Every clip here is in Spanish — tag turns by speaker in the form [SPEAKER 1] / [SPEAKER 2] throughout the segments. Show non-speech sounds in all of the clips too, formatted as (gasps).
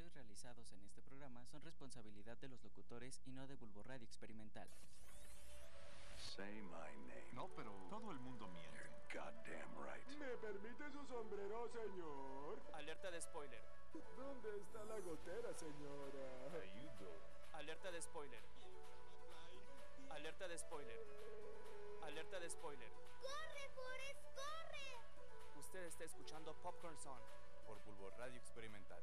[SPEAKER 1] expresados en este programa son responsabilidad de los locutores y no de Bulbo Radio Experimental.
[SPEAKER 2] Say my name.
[SPEAKER 3] No, pero todo el mundo miente.
[SPEAKER 2] Goddamn right.
[SPEAKER 4] ¿Me permite su sombrero, señor?
[SPEAKER 5] Alerta de spoiler.
[SPEAKER 4] ¿Dónde está la gotera, señora?
[SPEAKER 5] Alerta de spoiler. Alerta de spoiler. Alerta de spoiler.
[SPEAKER 6] ¡Corre, Forrest, corre!
[SPEAKER 5] Usted está escuchando Popcorn Zone.
[SPEAKER 7] por Bulbo Radio Experimental.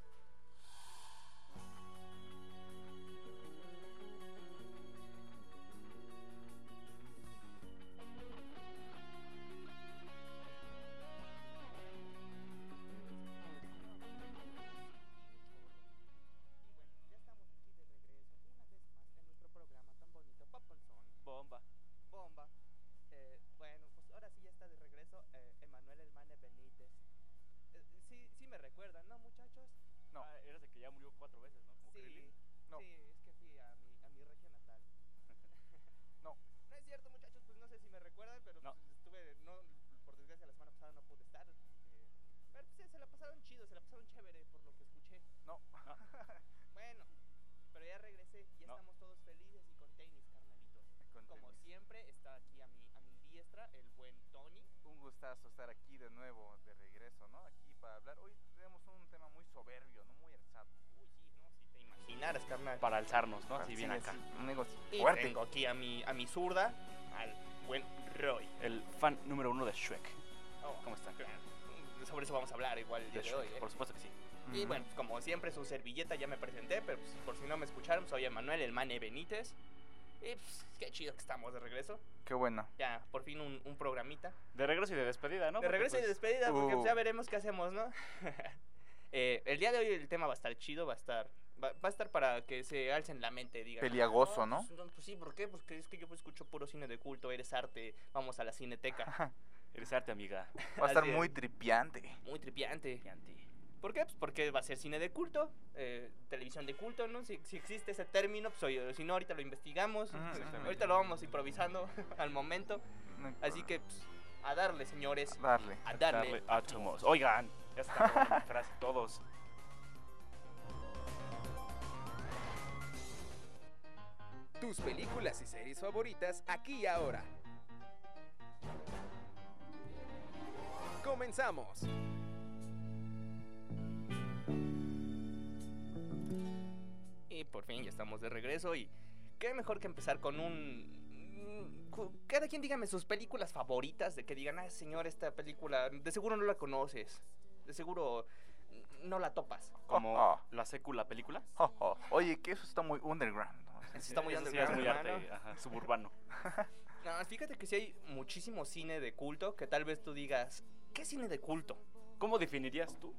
[SPEAKER 8] Y bueno, ya estamos aquí de regreso una vez más en nuestro programa tan bonito Popcorn Zone.
[SPEAKER 5] Bomba.
[SPEAKER 8] Bomba. Eh, bueno, pues ahora sí ya está de regreso eh, Emanuel El Mane Benítez. Eh, sí, sí me recuerdan, ¿no, muchachos?
[SPEAKER 5] No.
[SPEAKER 9] Ah, eres el que ya murió cuatro veces, ¿no? Como
[SPEAKER 8] Sí,
[SPEAKER 9] Krillin.
[SPEAKER 7] No.
[SPEAKER 8] sí, es que fui a mi, a mi región natal.
[SPEAKER 7] No.
[SPEAKER 8] (laughs) No es cierto, muchachos, pues no sé si me recuerdan, pero
[SPEAKER 9] No.
[SPEAKER 8] pues, estuve, no, por desgracia, la semana pasada no pude estar. eh, pero pues, se- se la pasaron chido, se la pasaron chévere, por lo que escuché.
[SPEAKER 7] No. (laughs)
[SPEAKER 8] Bueno, pero ya regresé, ya
[SPEAKER 9] No.
[SPEAKER 8] estamos todos felices y con tenis, carnalitos.
[SPEAKER 7] Con
[SPEAKER 8] Como
[SPEAKER 7] tenis.
[SPEAKER 8] siempre, está aquí a mi, a mi diestra el buen Tony.
[SPEAKER 7] Un gustazo estar aquí de nuevo, de regreso, ¿no? Aquí para hablar. Hoy tenemos un tema muy soberbio, ¿no? Muy alzado.
[SPEAKER 8] Uy, sí, no, si te imaginaras, carnal.
[SPEAKER 9] Para alzarnos, ¿no? Así
[SPEAKER 8] Sí,
[SPEAKER 9] bien acá.
[SPEAKER 8] sí.
[SPEAKER 7] Un negocio
[SPEAKER 8] Y
[SPEAKER 7] fuerte.
[SPEAKER 8] tengo aquí a mi, a mi zurda, al buen Roy.
[SPEAKER 9] El fan número uno de Shrek.
[SPEAKER 8] Oh,
[SPEAKER 9] ¿Cómo están?
[SPEAKER 8] claro. Sobre eso vamos a hablar igual el
[SPEAKER 9] De
[SPEAKER 8] día de hoy.
[SPEAKER 9] Shrek,
[SPEAKER 8] ¿eh?
[SPEAKER 9] por supuesto que sí.
[SPEAKER 8] Y
[SPEAKER 7] Ujú.
[SPEAKER 8] bueno, pues, como siempre, su servilleta ya me presenté, pero pues, por si no me escucharon, soy Emanuel, el Mane Benítez. Y pues, qué chido que estamos de regreso.
[SPEAKER 7] Qué bueno.
[SPEAKER 8] Ya, por fin un, un programita.
[SPEAKER 9] De regreso y de despedida, ¿no?
[SPEAKER 8] de
[SPEAKER 9] Porque,
[SPEAKER 8] regreso y de
[SPEAKER 9] pues,
[SPEAKER 8] despedida, porque pues,
[SPEAKER 7] uh.
[SPEAKER 8] ya veremos qué hacemos, ¿no? (laughs) Eh, el día de hoy el tema va a estar chido, va a estar. Va, va a estar para que se alcen la mente, digan.
[SPEAKER 7] Peliagoso,
[SPEAKER 8] "Ah,
[SPEAKER 7] ¿no?"
[SPEAKER 8] Pues, pues sí, ¿por qué? Porque es que yo pues, escucho puro cine de culto, eres arte, vamos a la cineteca.
[SPEAKER 9] Eres arte, amiga.
[SPEAKER 7] Va a estar
[SPEAKER 8] Así es.
[SPEAKER 7] muy tripiante.
[SPEAKER 8] Muy tripiante.
[SPEAKER 9] Y anti.
[SPEAKER 8] ¿Por qué? Pues porque va a ser cine de culto, eh, televisión de culto, ¿no? Si, si existe ese término, pues oye, si no, ahorita lo investigamos,
[SPEAKER 9] Ah,
[SPEAKER 7] Ajá, exactamente.
[SPEAKER 8] ahorita lo vamos improvisando (laughs) al momento.
[SPEAKER 7] No hay
[SPEAKER 8] Así que, pues, a darle, señores,
[SPEAKER 7] problema. Darle.
[SPEAKER 8] a darle.
[SPEAKER 9] Darle átomos. Oigan, ya está acabando
[SPEAKER 8] (laughs)
[SPEAKER 9] mi frase todos.
[SPEAKER 10] Tus películas y series favoritas aquí y ahora. Comenzamos.
[SPEAKER 8] Y por fin ya estamos de regreso y qué mejor que empezar con un... cu- Cada quien dígame sus películas favoritas, de que digan, ah, señor, esta película, de seguro no la conoces, de seguro mm, no la topas.
[SPEAKER 9] Como
[SPEAKER 7] Ah.
[SPEAKER 9] la secu, la película.
[SPEAKER 7] Jo, jo. oh, Oye, que eso está muy underground. ¿no?
[SPEAKER 8] Está muy
[SPEAKER 9] Eso sí
[SPEAKER 8] underground,
[SPEAKER 9] es muy arte,
[SPEAKER 8] hermano.
[SPEAKER 9] ajá, suburbano.
[SPEAKER 8] No, fíjate que sí hay muchísimo cine de culto que tal vez tú digas, ¿qué cine de culto?
[SPEAKER 9] ¿Cómo definirías tú,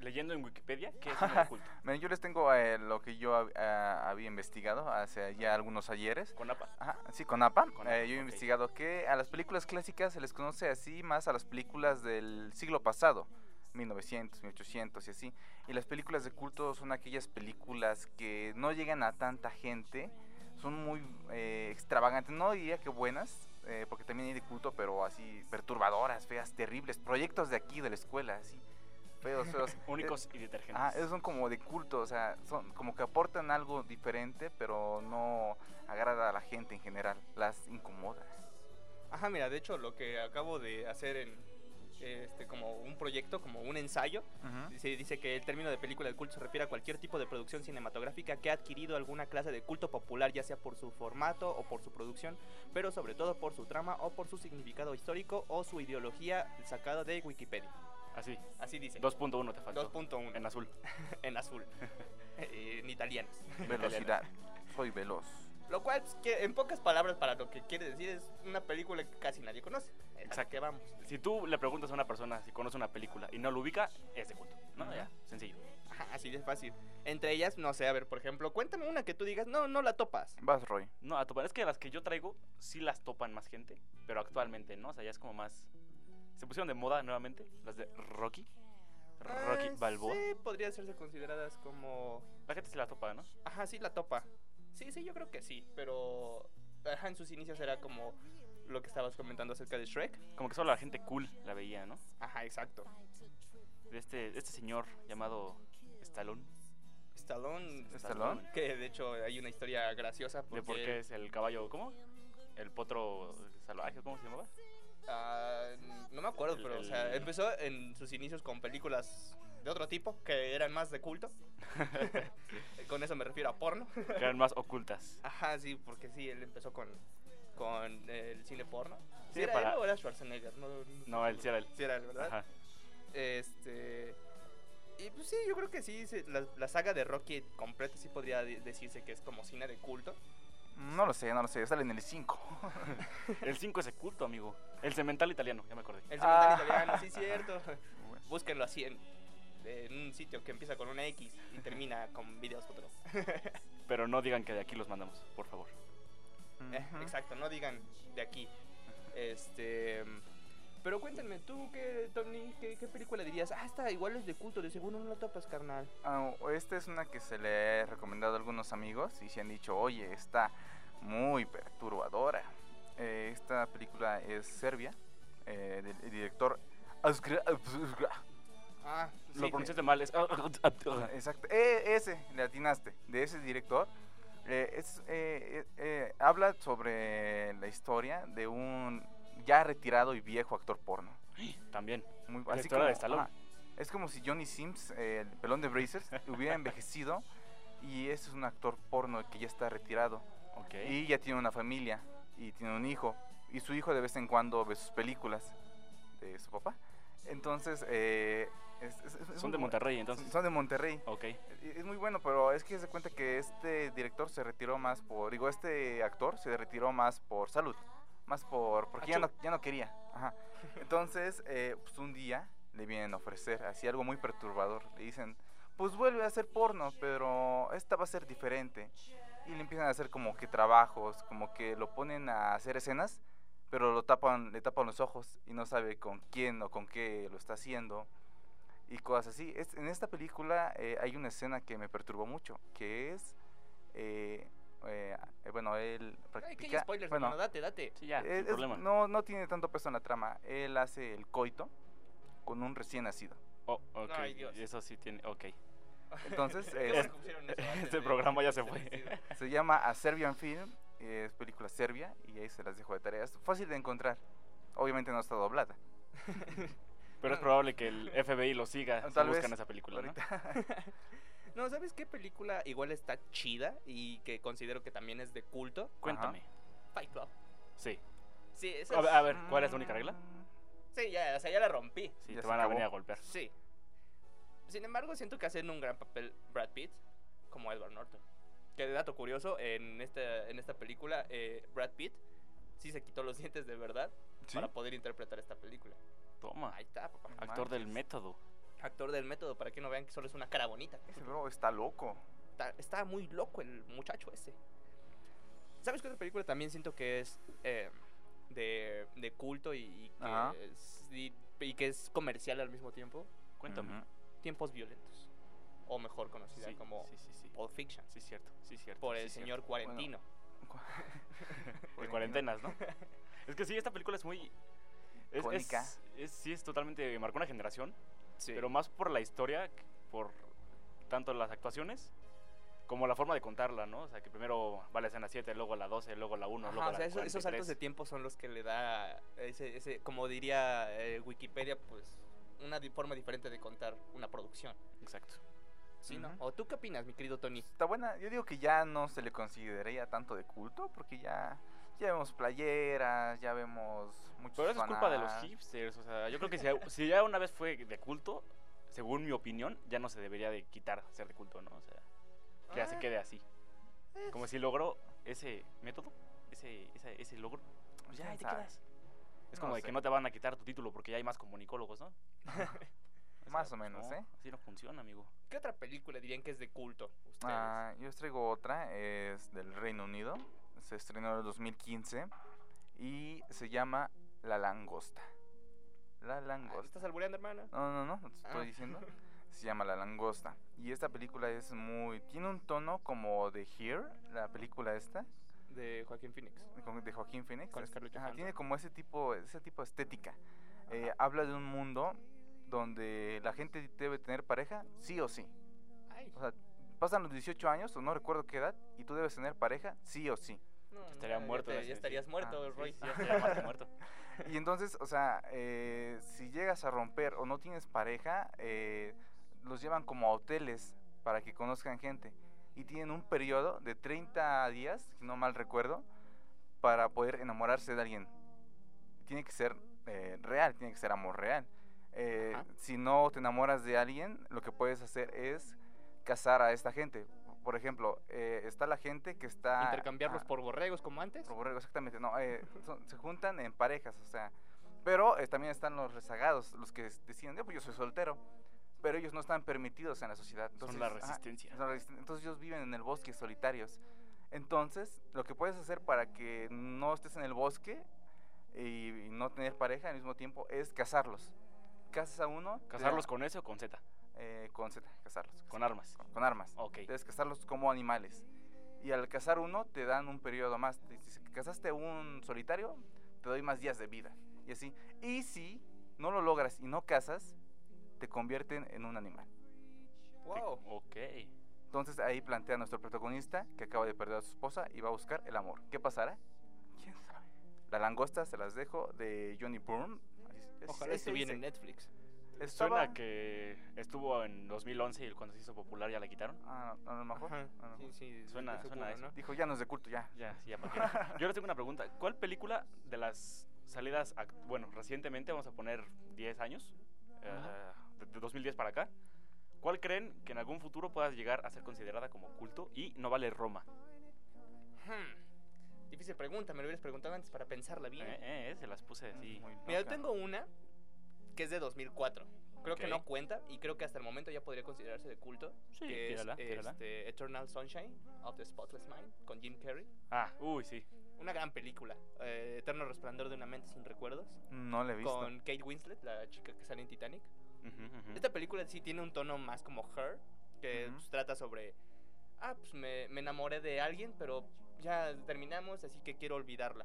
[SPEAKER 9] leyendo en Wikipedia, qué es un oculto?
[SPEAKER 7] Miren, yo les tengo eh, lo que yo hab- ah, había investigado hace ya algunos ayeres.
[SPEAKER 9] Con APA.
[SPEAKER 7] Ajá, sí, con APA.
[SPEAKER 9] Con
[SPEAKER 7] Eh,
[SPEAKER 9] APA,
[SPEAKER 7] yo he
[SPEAKER 9] ok.
[SPEAKER 7] investigado que a las películas clásicas se les conoce así más a las películas del siglo pasado, 1900, 1800 y así. Y las películas de culto son aquellas películas que no llegan a tanta gente, son muy eh, extravagantes, no diría que buenas, eh, porque también hay de culto, pero así perturbadoras, feas, terribles, proyectos de aquí, de la escuela, así. Feos, feos.
[SPEAKER 9] Únicos y detergentes.
[SPEAKER 7] Ah, esos son como de culto, o sea, son como que aportan algo diferente, pero no agrada a la gente en general, las incomoda.
[SPEAKER 8] Ajá, mira, de hecho lo que acabo de hacer en eh, este como un proyecto, como un ensayo, se dice que el término de película de culto se refiere a cualquier tipo de producción cinematográfica que ha adquirido alguna clase de culto popular, ya sea por su formato o por su producción, pero sobre todo por su trama o por su significado histórico o su ideología sacada de Wikipedia.
[SPEAKER 9] Así.
[SPEAKER 8] Así dice.
[SPEAKER 9] 2.1 te faltó.
[SPEAKER 8] 2.1
[SPEAKER 9] En azul. (laughs)
[SPEAKER 8] en azul, Eh, en italiano.
[SPEAKER 7] Velocidad, soy veloz.
[SPEAKER 8] Lo cual, pues, que en pocas palabras, para lo que quiere decir, es una película que casi nadie conoce. Exacto.
[SPEAKER 9] Exacto.
[SPEAKER 8] Que vamos.
[SPEAKER 9] Si tú le preguntas a una persona si conoce una película y no lo ubica, es de culto. ¿No?
[SPEAKER 7] Ajá.
[SPEAKER 9] Ya, sencillo.
[SPEAKER 8] Ajá, así de fácil. Entre ellas, no sé, a ver, por ejemplo, cuéntame una que tú digas, no, no la topas.
[SPEAKER 7] Vas, Roy.
[SPEAKER 9] No, a topar. Es que las que yo traigo sí las topan más gente, pero actualmente, ¿no? O sea, ya es como más. Se pusieron de moda nuevamente las de Rocky. Rocky
[SPEAKER 8] Ah,
[SPEAKER 9] Balboa.
[SPEAKER 8] Sí, podrían serse consideradas como.
[SPEAKER 9] La gente se la topa, ¿no?
[SPEAKER 8] Ajá, sí, la topa. Sí, sí, yo creo que sí, pero. Ajá, en sus inicios era como lo que estabas comentando acerca de Shrek.
[SPEAKER 9] Como que solo la gente cool la veía, ¿no?
[SPEAKER 8] Ajá, exacto.
[SPEAKER 9] De este, de este señor llamado Stallone.
[SPEAKER 8] Stallone.
[SPEAKER 7] ¿Stallone?
[SPEAKER 8] Que de hecho hay una historia graciosa porque,
[SPEAKER 9] De por qué es el caballo, ¿cómo? El potro salvaje, ¿cómo se llamaba?
[SPEAKER 8] ah, no me acuerdo,
[SPEAKER 9] El-
[SPEAKER 8] pero o
[SPEAKER 9] el-
[SPEAKER 8] sea, empezó en sus inicios con películas de otro tipo que eran más de (laughs) culto. con eso me refiero a porno.
[SPEAKER 9] Que eran más ocultas.
[SPEAKER 8] Ajá, sí, porque sí, él empezó con, con el cine porno. ¿Sí,
[SPEAKER 9] Sí,
[SPEAKER 8] era
[SPEAKER 9] para-
[SPEAKER 8] él o era Schwarzenegger? No, no,
[SPEAKER 9] No, él sí era él.
[SPEAKER 8] Sí era él, ¿verdad?
[SPEAKER 9] Ajá.
[SPEAKER 8] Este. Y pues sí, yo creo que sí, se- la, la saga de Rocky completa sí podría de- decirse que es como cine de culto.
[SPEAKER 7] No lo sé, no lo sé. Sale en el 5.
[SPEAKER 9] El 5 es el culto, amigo. El cemental italiano, ya me acordé.
[SPEAKER 8] El
[SPEAKER 7] Ah.
[SPEAKER 8] cementerio italiano, sí, (laughs) cierto. Búsquenlo así en, en un sitio que empieza con una X y termina con videos otros.
[SPEAKER 9] Pero no digan que de aquí los mandamos, por favor.
[SPEAKER 8] Eh, Exacto, no digan de aquí. Este. Pero cuéntame, tú, qué, Tony, qué, qué película dirías? Ah, esta igual es de culto, de seguro no la topas, carnal.
[SPEAKER 7] Ah, o- esta es una que se le he recomendado a algunos amigos y se han dicho, oye, está muy perturbadora. Eh, esta película es Serbia, eh, del el director... Azgra- Azgra-
[SPEAKER 8] Ah, sí.
[SPEAKER 9] Lo pronunciaste mal, es. ah,
[SPEAKER 7] Exacto, eh, ese, le atinaste, de ese director. Eh, es, eh, eh, eh, habla sobre la historia de un ya retirado y viejo actor porno.
[SPEAKER 9] También.
[SPEAKER 7] Muy,
[SPEAKER 9] La historia de Stallone.
[SPEAKER 7] ajá, es como si Johnny Sims, eh, el pelón
[SPEAKER 9] (laughs)
[SPEAKER 7] de Brazers, hubiera envejecido y ese es un actor porno que ya está retirado
[SPEAKER 9] Ok.
[SPEAKER 7] y ya tiene una familia y tiene un hijo y su hijo de vez en cuando ve sus películas de su papá. Entonces, eh, es- es- es- es
[SPEAKER 9] Son de
[SPEAKER 7] un-
[SPEAKER 9] Monterrey, entonces.
[SPEAKER 7] Son de Monterrey.
[SPEAKER 9] Ok.
[SPEAKER 7] Eh, Es es muy bueno, pero es que se cuenta que este director se retiró más por, digo, este actor se retiró más por salud, más por, porque ya no, ya no quería. Ajá. Entonces, eh, pues un día le vienen a ofrecer así algo muy perturbador. Le dicen, pues vuelve a hacer porno, pero esta va a ser diferente. Y le empiezan a hacer como que trabajos, como que lo ponen a hacer escenas, pero lo tapan, le tapan los ojos y no sabe con quién o con qué lo está haciendo y cosas así. Es- en esta película eh, hay una escena que me perturbó mucho, que es, eh, eh, eh, bueno, él
[SPEAKER 8] Ay,
[SPEAKER 7] practica...
[SPEAKER 8] qué spoilers,
[SPEAKER 7] bueno,
[SPEAKER 8] hermano, date, date.
[SPEAKER 9] Sí, ya,
[SPEAKER 7] es-
[SPEAKER 9] sin
[SPEAKER 7] es-
[SPEAKER 9] problema.
[SPEAKER 7] no, no tiene tanto peso en la trama. Él hace el coito con un recién nacido.
[SPEAKER 9] Oh, ok.
[SPEAKER 8] Ay, Dios.
[SPEAKER 9] Eso sí tiene. Ok.
[SPEAKER 7] Entonces,
[SPEAKER 8] (laughs)
[SPEAKER 7] eh,
[SPEAKER 8] Ya
[SPEAKER 7] se-
[SPEAKER 8] pusieron eso antes
[SPEAKER 9] Este
[SPEAKER 8] de-
[SPEAKER 9] programa ya se fue.
[SPEAKER 7] se llama A Serbian Film, eh, es película serbia y ahí se las dejo de tareas. Fácil de encontrar. Obviamente no está doblada.
[SPEAKER 9] Pero es probable que el FBI lo siga si
[SPEAKER 7] Tal
[SPEAKER 9] buscan
[SPEAKER 7] vez,
[SPEAKER 9] esa película, (laughs) ¿no?
[SPEAKER 7] Ahorita.
[SPEAKER 8] (laughs) No, ¿sabes qué película igual está chida y que considero que también es de culto?
[SPEAKER 9] Cuéntame.
[SPEAKER 8] Fight Club.
[SPEAKER 9] Sí.
[SPEAKER 8] Sí, esa
[SPEAKER 9] A
[SPEAKER 8] es-
[SPEAKER 9] ver, a ver, ¿cuál es la única regla?
[SPEAKER 8] Sí, ya, o sea, ya la rompí.
[SPEAKER 9] Sí,
[SPEAKER 7] Ya
[SPEAKER 9] te
[SPEAKER 7] se
[SPEAKER 9] van a
[SPEAKER 7] acabó.
[SPEAKER 9] venir a golpear.
[SPEAKER 8] Sí. Sin embargo, siento que hacen un gran papel Brad Pitt como Edward Norton. Que de dato curioso, en esta, en esta película, eh, Brad Pitt sí se quitó los (laughs) dientes de verdad
[SPEAKER 7] ¿Sí?
[SPEAKER 8] para poder interpretar esta película.
[SPEAKER 9] Toma.
[SPEAKER 8] Ahí está, papá.
[SPEAKER 9] Actor del
[SPEAKER 7] manches.
[SPEAKER 9] método.
[SPEAKER 8] Actor del método, para que no vean que solo es una cara bonita.
[SPEAKER 7] (laughs) Ese bro está loco.
[SPEAKER 8] está, está muy loco el muchacho ese. ¿Sabes qué otra película también siento que es eh, de, de culto y, y
[SPEAKER 7] Ajá.
[SPEAKER 8] que es, y- y que es comercial al mismo tiempo?
[SPEAKER 9] Cuéntame.
[SPEAKER 7] Ujú.
[SPEAKER 8] Tiempos Violentos. O mejor
[SPEAKER 9] Sí,
[SPEAKER 8] conocida como
[SPEAKER 9] sí, sí, sí.
[SPEAKER 8] Pulp Fiction.
[SPEAKER 9] Sí, cierto. Sí, cierto.
[SPEAKER 8] Por
[SPEAKER 9] sí,
[SPEAKER 8] el
[SPEAKER 9] cierto.
[SPEAKER 8] señor Cuarentino.
[SPEAKER 7] (laughs)
[SPEAKER 9] De cuarentenas, ¿no? es que sí, esta película es muy. Es,
[SPEAKER 7] Icónica.
[SPEAKER 9] es- es- sí, es totalmente. Marcó una generación,
[SPEAKER 8] Sí.
[SPEAKER 9] pero más por la historia, que por tanto las actuaciones, como la forma de contarla, ¿no? O sea, que primero va la escena 7, luego la 12, luego la 1,
[SPEAKER 8] Ajá,
[SPEAKER 9] luego
[SPEAKER 8] o sea,
[SPEAKER 9] la
[SPEAKER 8] eso- esos saltos de
[SPEAKER 9] 43.
[SPEAKER 8] tiempo son los que le da ese, ese como diría eh, Wikipedia, pues una di- forma diferente de contar una producción.
[SPEAKER 9] Exacto.
[SPEAKER 8] Pues ¿Sí,
[SPEAKER 7] Ujú.
[SPEAKER 8] no? ¿O tú qué opinas, mi querido Tony?
[SPEAKER 7] Está buena. Yo digo que ya no se le consideraría tanto de culto porque ya, ya vemos playeras, ya vemos muchos
[SPEAKER 9] Pero eso es culpa de los
[SPEAKER 7] fanart.
[SPEAKER 9] hipsters. O sea, yo creo que si, (laughs) si ya una vez fue de culto, según mi opinión, ya no se debería de quitar ser de culto, ¿no? O sea, que ya se
[SPEAKER 8] Ah.
[SPEAKER 9] quede así. Como si logró ese método, ese, esa- ese logro.
[SPEAKER 7] Pues
[SPEAKER 9] pues
[SPEAKER 7] ya
[SPEAKER 9] ya, ahí te
[SPEAKER 7] sabes.
[SPEAKER 9] quedas. Es
[SPEAKER 7] No
[SPEAKER 9] como de que
[SPEAKER 7] sé.
[SPEAKER 9] no te van a quitar tu título porque ya hay más comunicólogos, ¿no? O sea, (laughs)
[SPEAKER 7] Más o
[SPEAKER 9] pues
[SPEAKER 7] menos,
[SPEAKER 9] no,
[SPEAKER 7] ¿eh?
[SPEAKER 9] Así no funciona, amigo.
[SPEAKER 8] ¿Qué otra película dirían que es de culto ustedes?
[SPEAKER 7] Ah, yo os traigo otra, es del Reino Unido. Se estrenó en el 2015 y se llama La Langosta. La
[SPEAKER 8] Ah,
[SPEAKER 7] Langosta.
[SPEAKER 8] ¿Estás albureando, hermana?
[SPEAKER 7] No, no, no, no te estoy
[SPEAKER 8] Ah.
[SPEAKER 7] diciendo. Se llama La Langosta. Y esta película es muy. Tiene un tono como de Here, la película esta,
[SPEAKER 8] (laughs) De Joaquín Phoenix.
[SPEAKER 7] con- de Joaquín Phoenix.
[SPEAKER 8] Con
[SPEAKER 7] es-
[SPEAKER 8] Scarlett
[SPEAKER 7] ajá,
[SPEAKER 8] Johansson.
[SPEAKER 7] tiene como ese tipo, ese tipo de estética. Eh, habla de un mundo donde la gente debe tener pareja, sí o sí.
[SPEAKER 8] Ay,
[SPEAKER 7] O sea, Pasan los 18 años, o no recuerdo qué edad, y tú debes tener pareja, sí o sí.
[SPEAKER 8] No, no,
[SPEAKER 9] estaría muerto,
[SPEAKER 8] Ya, te-
[SPEAKER 9] así,
[SPEAKER 8] ya estarías
[SPEAKER 9] sí.
[SPEAKER 8] muerto,
[SPEAKER 7] Ah,
[SPEAKER 8] (laughs) Roy.
[SPEAKER 7] (laughs)
[SPEAKER 9] Ya estaría más que muerto.
[SPEAKER 7] Y entonces, o sea, eh, si llegas a romper o no tienes pareja, eh, los llevan como a hoteles para que conozcan gente. Y tienen un periodo de 30 días, si no mal recuerdo, para poder enamorarse de alguien. Tiene que ser eh, real, tiene que ser amor real. Eh,
[SPEAKER 8] Ajá.
[SPEAKER 7] si no te enamoras de alguien, lo que puedes hacer es casar a esta gente. Por ejemplo, eh, está la gente que está...
[SPEAKER 8] Intercambiarlos
[SPEAKER 7] ah,
[SPEAKER 8] por borregos como antes.
[SPEAKER 7] por borrego, exactamente. No, eh, son- se juntan en parejas, o sea. Pero eh, también están los rezagados, los que s- deciden, "No, pues yo soy soltero. Pero ellos no están permitidos en la sociedad.
[SPEAKER 9] Son
[SPEAKER 7] entonces- ah,
[SPEAKER 9] la
[SPEAKER 7] ajá,
[SPEAKER 9] resistencia.
[SPEAKER 7] son la resisten- entonces ellos viven en el bosque solitarios. Entonces, lo que puedes hacer para que no estés en el bosque y, y no tener pareja al mismo tiempo es casarlos. Casas a uno. te
[SPEAKER 9] ¿Casarlos
[SPEAKER 7] da-
[SPEAKER 9] con eso o con Z?
[SPEAKER 7] eh, con Z, casarlos.
[SPEAKER 9] Con armas.
[SPEAKER 7] Con, con armas.
[SPEAKER 9] Ok.
[SPEAKER 7] Debes cazarlos como animales. Y al cazar uno, te dan un periodo más. Te- Si cazaste un solitario, te doy más días de vida. Y así. Y si no lo logras y no cazas, te convierten en un animal.
[SPEAKER 8] Wow.
[SPEAKER 9] Ok.
[SPEAKER 7] Entonces ahí plantea nuestro protagonista que acaba de perder a su esposa y va a buscar el amor. ¿Qué pasará? ¿Quién sabe? La langosta se las dejo de Johnny Bourne. Así- así-
[SPEAKER 8] Ojalá
[SPEAKER 7] así se
[SPEAKER 8] estuviera en
[SPEAKER 7] dice.
[SPEAKER 8] Netflix.
[SPEAKER 7] Estaba-
[SPEAKER 9] Suena que estuvo en 2011 y cuando se hizo popular ya la quitaron.
[SPEAKER 7] Ah, a lo mejor.
[SPEAKER 8] Ajá.
[SPEAKER 7] a lo
[SPEAKER 8] Sí,
[SPEAKER 7] mejor.
[SPEAKER 8] sí,
[SPEAKER 9] Suena-
[SPEAKER 8] eso
[SPEAKER 9] suena
[SPEAKER 8] ocurre,
[SPEAKER 9] a eso.
[SPEAKER 7] Dijo, ya no es de culto, ya.
[SPEAKER 9] Ya, sí, ya para qué. Yo les tengo una pregunta. ¿Cuál película de las salidas, act- bueno, recientemente, vamos a poner 10 años, eh, de, de 2010 para acá, ¿cuál creen que en algún futuro pueda llegar a ser considerada como culto y no vale Roma?
[SPEAKER 8] Hmm. Difícil pregunta, me lo hubieras preguntado antes para pensarla bien.
[SPEAKER 9] Eh, eh, eh, se las puse así.
[SPEAKER 7] Muy
[SPEAKER 8] Mira, yo
[SPEAKER 7] loca.
[SPEAKER 8] tengo una que es de 2004. Creo que
[SPEAKER 9] Ok.
[SPEAKER 8] no cuenta y creo que hasta el momento ya podría considerarse de culto.
[SPEAKER 9] Sí,
[SPEAKER 8] que
[SPEAKER 9] tírala,
[SPEAKER 8] es
[SPEAKER 9] tírala.
[SPEAKER 8] este, Eternal Sunshine of the Spotless Mind con Jim Carrey.
[SPEAKER 9] Ah, uy, sí.
[SPEAKER 8] Una gran película. eh, Eterno Resplandor de una mente sin recuerdos.
[SPEAKER 7] No le he visto.
[SPEAKER 8] Con Kate Winslet, la chica que sale en Titanic.
[SPEAKER 9] Ujú, ujú.
[SPEAKER 8] Esta película sí tiene un tono más como Her, que
[SPEAKER 7] Ujú.
[SPEAKER 8] pues, trata sobre, ah, pues me, me enamoré de alguien, pero ya terminamos, así que quiero olvidarla.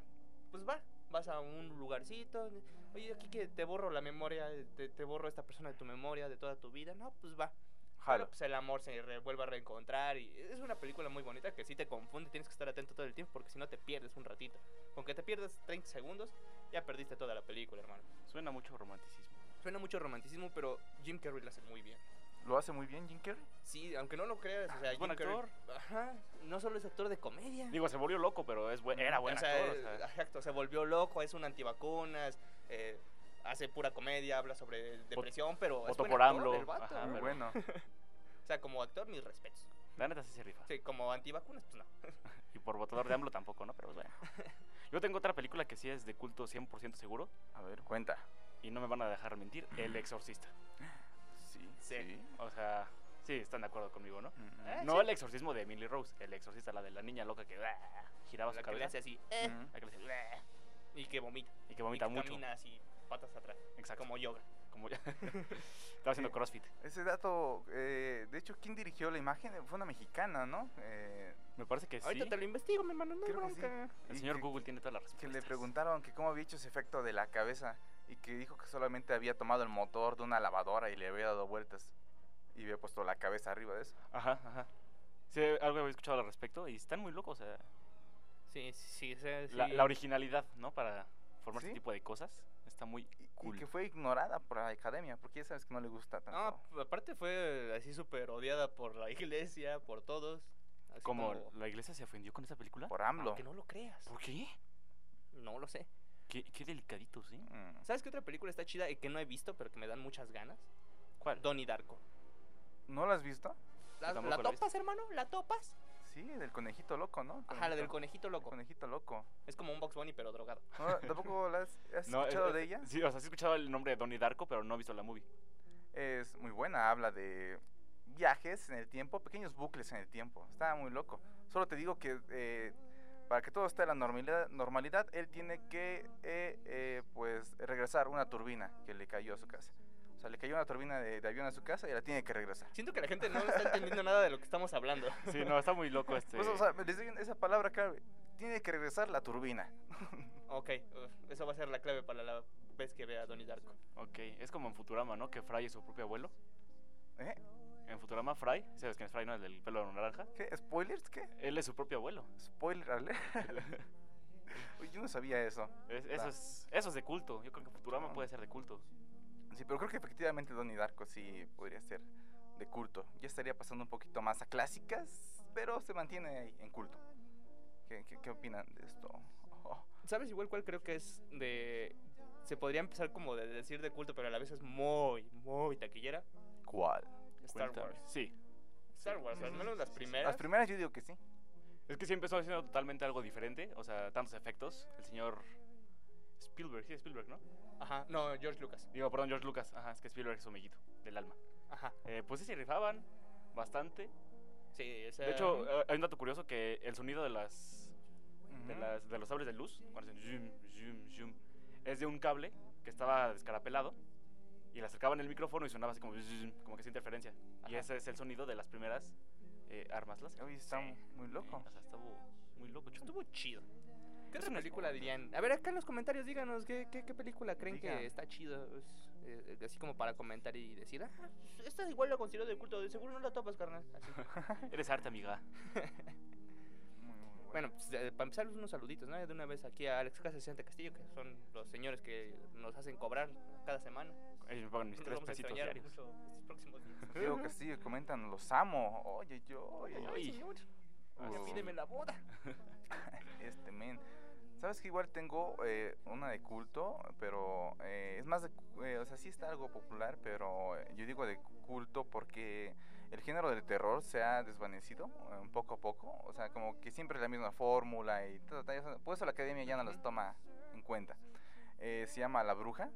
[SPEAKER 8] Pues va, vas a un lugarcito, oye, aquí que te borro la memoria, te, te borro a esta persona de tu memoria, de toda tu vida, no, pues va.
[SPEAKER 7] Jalo.
[SPEAKER 8] Pero pues el amor se re- vuelve a reencontrar y es una película muy bonita que sí te confunde, tienes que estar atento todo el tiempo porque si no te pierdes un ratito. Con que te pierdas 30 segundos, ya perdiste toda la película, hermano.
[SPEAKER 9] Suena mucho romanticismo.
[SPEAKER 8] Suena mucho romanticismo, pero Jim Carrey lo hace muy bien.
[SPEAKER 7] ¿Lo hace muy bien Jim Carrey?
[SPEAKER 8] Sí, aunque no lo creas, o sea,
[SPEAKER 9] Ah, es buen
[SPEAKER 8] Jim Carrey-
[SPEAKER 9] actor.
[SPEAKER 8] Ajá, no solo es actor de comedia.
[SPEAKER 9] Digo, se volvió loco, pero es buen- era buen
[SPEAKER 8] o sea,
[SPEAKER 9] actor. o
[SPEAKER 8] eh,
[SPEAKER 9] sea.
[SPEAKER 8] Exacto, se volvió loco, es un antivacunas, eh, hace pura comedia, habla sobre depresión, pero es
[SPEAKER 9] votó
[SPEAKER 8] buen
[SPEAKER 9] por
[SPEAKER 8] actor
[SPEAKER 9] AMLO,
[SPEAKER 8] el vato.
[SPEAKER 9] ajá,
[SPEAKER 7] Muy
[SPEAKER 9] pero-
[SPEAKER 8] (laughs)
[SPEAKER 7] bueno.
[SPEAKER 8] O sea, como actor, mis respetos.
[SPEAKER 9] La neta sí se rifa.
[SPEAKER 8] Sí, como antivacunas, pues no.
[SPEAKER 9] Y por votador de AMLO tampoco, ¿no? Pero
[SPEAKER 8] (laughs)
[SPEAKER 9] bueno. Yo tengo otra película que sí es de culto 100% seguro
[SPEAKER 7] A ver, cuenta.
[SPEAKER 9] y no me van a dejar mentir, El Exorcista.
[SPEAKER 7] Sí,
[SPEAKER 8] Sí.
[SPEAKER 9] O sea, sí, están de acuerdo conmigo, ¿no?
[SPEAKER 7] Ujú.
[SPEAKER 8] ¿Eh? Ah,
[SPEAKER 9] No
[SPEAKER 8] sí.
[SPEAKER 9] el exorcismo de Emily Rose, el exorcista, la de la niña loca que ah, giraba su
[SPEAKER 8] La que le
[SPEAKER 9] cabeza.
[SPEAKER 8] hace así eh,
[SPEAKER 7] Ujú.
[SPEAKER 9] La que le hace, ah,
[SPEAKER 8] y que vomita.
[SPEAKER 9] y que vomita
[SPEAKER 8] y que
[SPEAKER 9] mucho.
[SPEAKER 8] camina así, patas atrás,
[SPEAKER 9] Exacto.
[SPEAKER 8] como yoga.
[SPEAKER 9] Como ya. (laughs) Estaba haciendo crossfit.
[SPEAKER 7] Ese dato, eh, de hecho, ¿quién dirigió la imagen? Eh, Fue una mexicana, ¿no? Eh,
[SPEAKER 9] Me parece que sí.
[SPEAKER 8] Ahorita te lo investigo, mi hermano, no hay
[SPEAKER 7] Creo que sí.
[SPEAKER 8] bronca.
[SPEAKER 9] El
[SPEAKER 7] y
[SPEAKER 9] señor
[SPEAKER 7] que-
[SPEAKER 9] Google tiene toda la respuesta.
[SPEAKER 7] Que le preguntaron que cómo había hecho ese efecto de la cabeza y que dijo que solamente había tomado el motor de una lavadora y le había dado vueltas y había puesto la cabeza arriba de eso.
[SPEAKER 9] Ajá, ajá. Sí, algo había escuchado al respecto y están muy locos. O sea,
[SPEAKER 8] Sí, sí, sí, o sea,
[SPEAKER 9] la,
[SPEAKER 8] sí.
[SPEAKER 9] la originalidad, ¿no? Para formar
[SPEAKER 7] Sí.
[SPEAKER 9] este tipo de cosas está muy
[SPEAKER 7] Y, y
[SPEAKER 9] cool.
[SPEAKER 7] que fue ignorada por la academia, porque ya sabes que no le gusta tanto.
[SPEAKER 8] No, p- aparte fue así súper odiada por la iglesia, por todos. así
[SPEAKER 9] como, la iglesia se ofendió con esta película.
[SPEAKER 7] por AMLO.
[SPEAKER 8] Aunque Ah, no lo creas.
[SPEAKER 9] ¿Por qué?
[SPEAKER 8] No lo sé.
[SPEAKER 9] Qué, qué delicaditos, ¿eh?
[SPEAKER 7] Mm.
[SPEAKER 8] ¿Sabes qué otra película está chida y que no he visto, pero que me dan muchas ganas?
[SPEAKER 9] ¿Cuál?
[SPEAKER 8] Donnie Darko.
[SPEAKER 7] ¿No la has visto?
[SPEAKER 8] ¿La,
[SPEAKER 9] tampoco
[SPEAKER 8] la
[SPEAKER 9] la he visto.
[SPEAKER 8] topas, hermano? ¿La topas?
[SPEAKER 7] Sí, del conejito loco, ¿no?
[SPEAKER 8] Ajá, la del
[SPEAKER 7] Conejito-
[SPEAKER 8] conejito
[SPEAKER 7] el
[SPEAKER 8] loco.
[SPEAKER 7] conejito loco.
[SPEAKER 8] Es como un Box Bunny, pero drogado.
[SPEAKER 7] ¿No, ¿Tampoco la has, has
[SPEAKER 9] No, es-
[SPEAKER 7] escuchado
[SPEAKER 9] es-
[SPEAKER 7] de ella?
[SPEAKER 9] Sí, o sea, sí he escuchado el nombre de Donnie Darko, pero no he visto la movie.
[SPEAKER 7] es muy buena, habla de viajes en el tiempo, pequeños bucles en el tiempo. Está muy loco. Solo te digo que eh, para que todo esté en la normalidad, normalidad él tiene que eh, eh, pues regresar una turbina que le cayó a su casa. O sea, le cayó una turbina de, de avión a su casa y la tiene que regresar.
[SPEAKER 8] Siento que la gente no está entendiendo nada de lo que estamos (laughs) hablando.
[SPEAKER 9] Sí, no, está muy loco este.
[SPEAKER 7] Pues, o sea, les doy esa palabra clave. Tiene que regresar la turbina.
[SPEAKER 8] Ok, uf, eso va a ser la clave para la vez que vea Donnie Darko.
[SPEAKER 9] Ok, es como en Futurama, ¿no? Que Fry es su propio abuelo.
[SPEAKER 7] ¿Eh?
[SPEAKER 9] En en Futurama Fry, ¿sabes quién es Fry? ¿No? El del pelo naranja.
[SPEAKER 7] ¿Qué? ¿Spoilers? ¿Qué?
[SPEAKER 9] Él es su propio abuelo.
[SPEAKER 7] ¿Spoiler
[SPEAKER 9] (laughs)
[SPEAKER 7] alert? Uy, Yo no sabía eso.
[SPEAKER 9] Es-
[SPEAKER 7] Va.
[SPEAKER 9] eso, es, eso es de culto. Yo creo que Futurama
[SPEAKER 7] Ah.
[SPEAKER 9] puede ser de culto.
[SPEAKER 7] Sí, pero creo que efectivamente Donnie Darko sí podría ser de culto. Ya estaría pasando un poquito más a clásicas, pero se mantiene ahí en culto. ¿Qué, qué- qué opinan de esto? (laughs) Oh,
[SPEAKER 8] ¿Sabes igual cuál creo que es de... Se podría empezar como de decir de culto, pero a la vez es muy, muy taquillera.
[SPEAKER 7] ¿Cuál?
[SPEAKER 8] Star
[SPEAKER 9] Cuéntame.
[SPEAKER 8] Wars.
[SPEAKER 9] Sí.
[SPEAKER 8] Star Wars, Pues, al menos las primeras.
[SPEAKER 7] Las primeras yo digo que sí.
[SPEAKER 9] Es que sí empezó haciendo totalmente algo diferente. O sea, tantos efectos. El señor Spielberg, sí, Spielberg, ¿no?
[SPEAKER 8] Ajá, no, George Lucas.
[SPEAKER 9] Digo, perdón, George Lucas. Ajá, es que Spielberg es su amiguito del alma.
[SPEAKER 8] Ajá,
[SPEAKER 9] Eh, pues sí, se rifaban bastante.
[SPEAKER 8] sí, o sea,
[SPEAKER 9] De hecho, eh, hay un dato curioso que el sonido de las de,
[SPEAKER 8] Mm.
[SPEAKER 7] Ujú.
[SPEAKER 9] las- de los sables de luz, cuando hacen zoom, zoom, zoom, es de un cable que estaba descarapelado y le acercaban el micrófono y sonaba así como, zoom, como que es interferencia. Y
[SPEAKER 8] Ajá.
[SPEAKER 9] ese es el sonido de las primeras eh, armas láser.
[SPEAKER 7] Oye, está muy
[SPEAKER 8] Oh.
[SPEAKER 7] loco.
[SPEAKER 9] Eh, o sea, estuvo muy loco. chulo.
[SPEAKER 8] (laughs) estuvo chido. ¿Qué
[SPEAKER 9] Es
[SPEAKER 8] otra
[SPEAKER 9] una
[SPEAKER 8] película
[SPEAKER 9] espuma.
[SPEAKER 8] dirían? A ver, acá en los comentarios díganos qué, qué, qué película creen
[SPEAKER 7] Digan.
[SPEAKER 8] que está chida. es, eh, así como para comentar y decir, ah, esta igual la considero de culto, de seguro no la topas, carnal. (laughs) Así.
[SPEAKER 9] Eres arte, amiga.
[SPEAKER 7] Muy, muy
[SPEAKER 8] Bueno, pues, eh, para empezar, unos saluditos, ¿no? De una vez aquí a Alex Casas y Santa Castillo, que son los señores que nos hacen cobrar cada semana.
[SPEAKER 9] Ellos me pagan mis
[SPEAKER 8] Los
[SPEAKER 9] tres
[SPEAKER 8] vamos a
[SPEAKER 9] pesitos
[SPEAKER 8] extrañar
[SPEAKER 9] diarios.
[SPEAKER 8] mucho estos próximos días.
[SPEAKER 7] Digo que sí, comentan, los amo. Oye, yo, oye, yo,
[SPEAKER 9] Ay.
[SPEAKER 8] señor,
[SPEAKER 9] Así.
[SPEAKER 8] ya pídeme la boda.
[SPEAKER 7] este men. Sabes que igual tengo eh, una de culto, pero eh, es más de. cu- eh, o sea, sí está algo popular, pero eh, yo digo de culto porque el género del terror se ha desvanecido eh, un poco a poco. O sea, como que siempre es la misma fórmula y todo. Por eso la academia ya no las toma en cuenta. Eh, se llama La Bruja,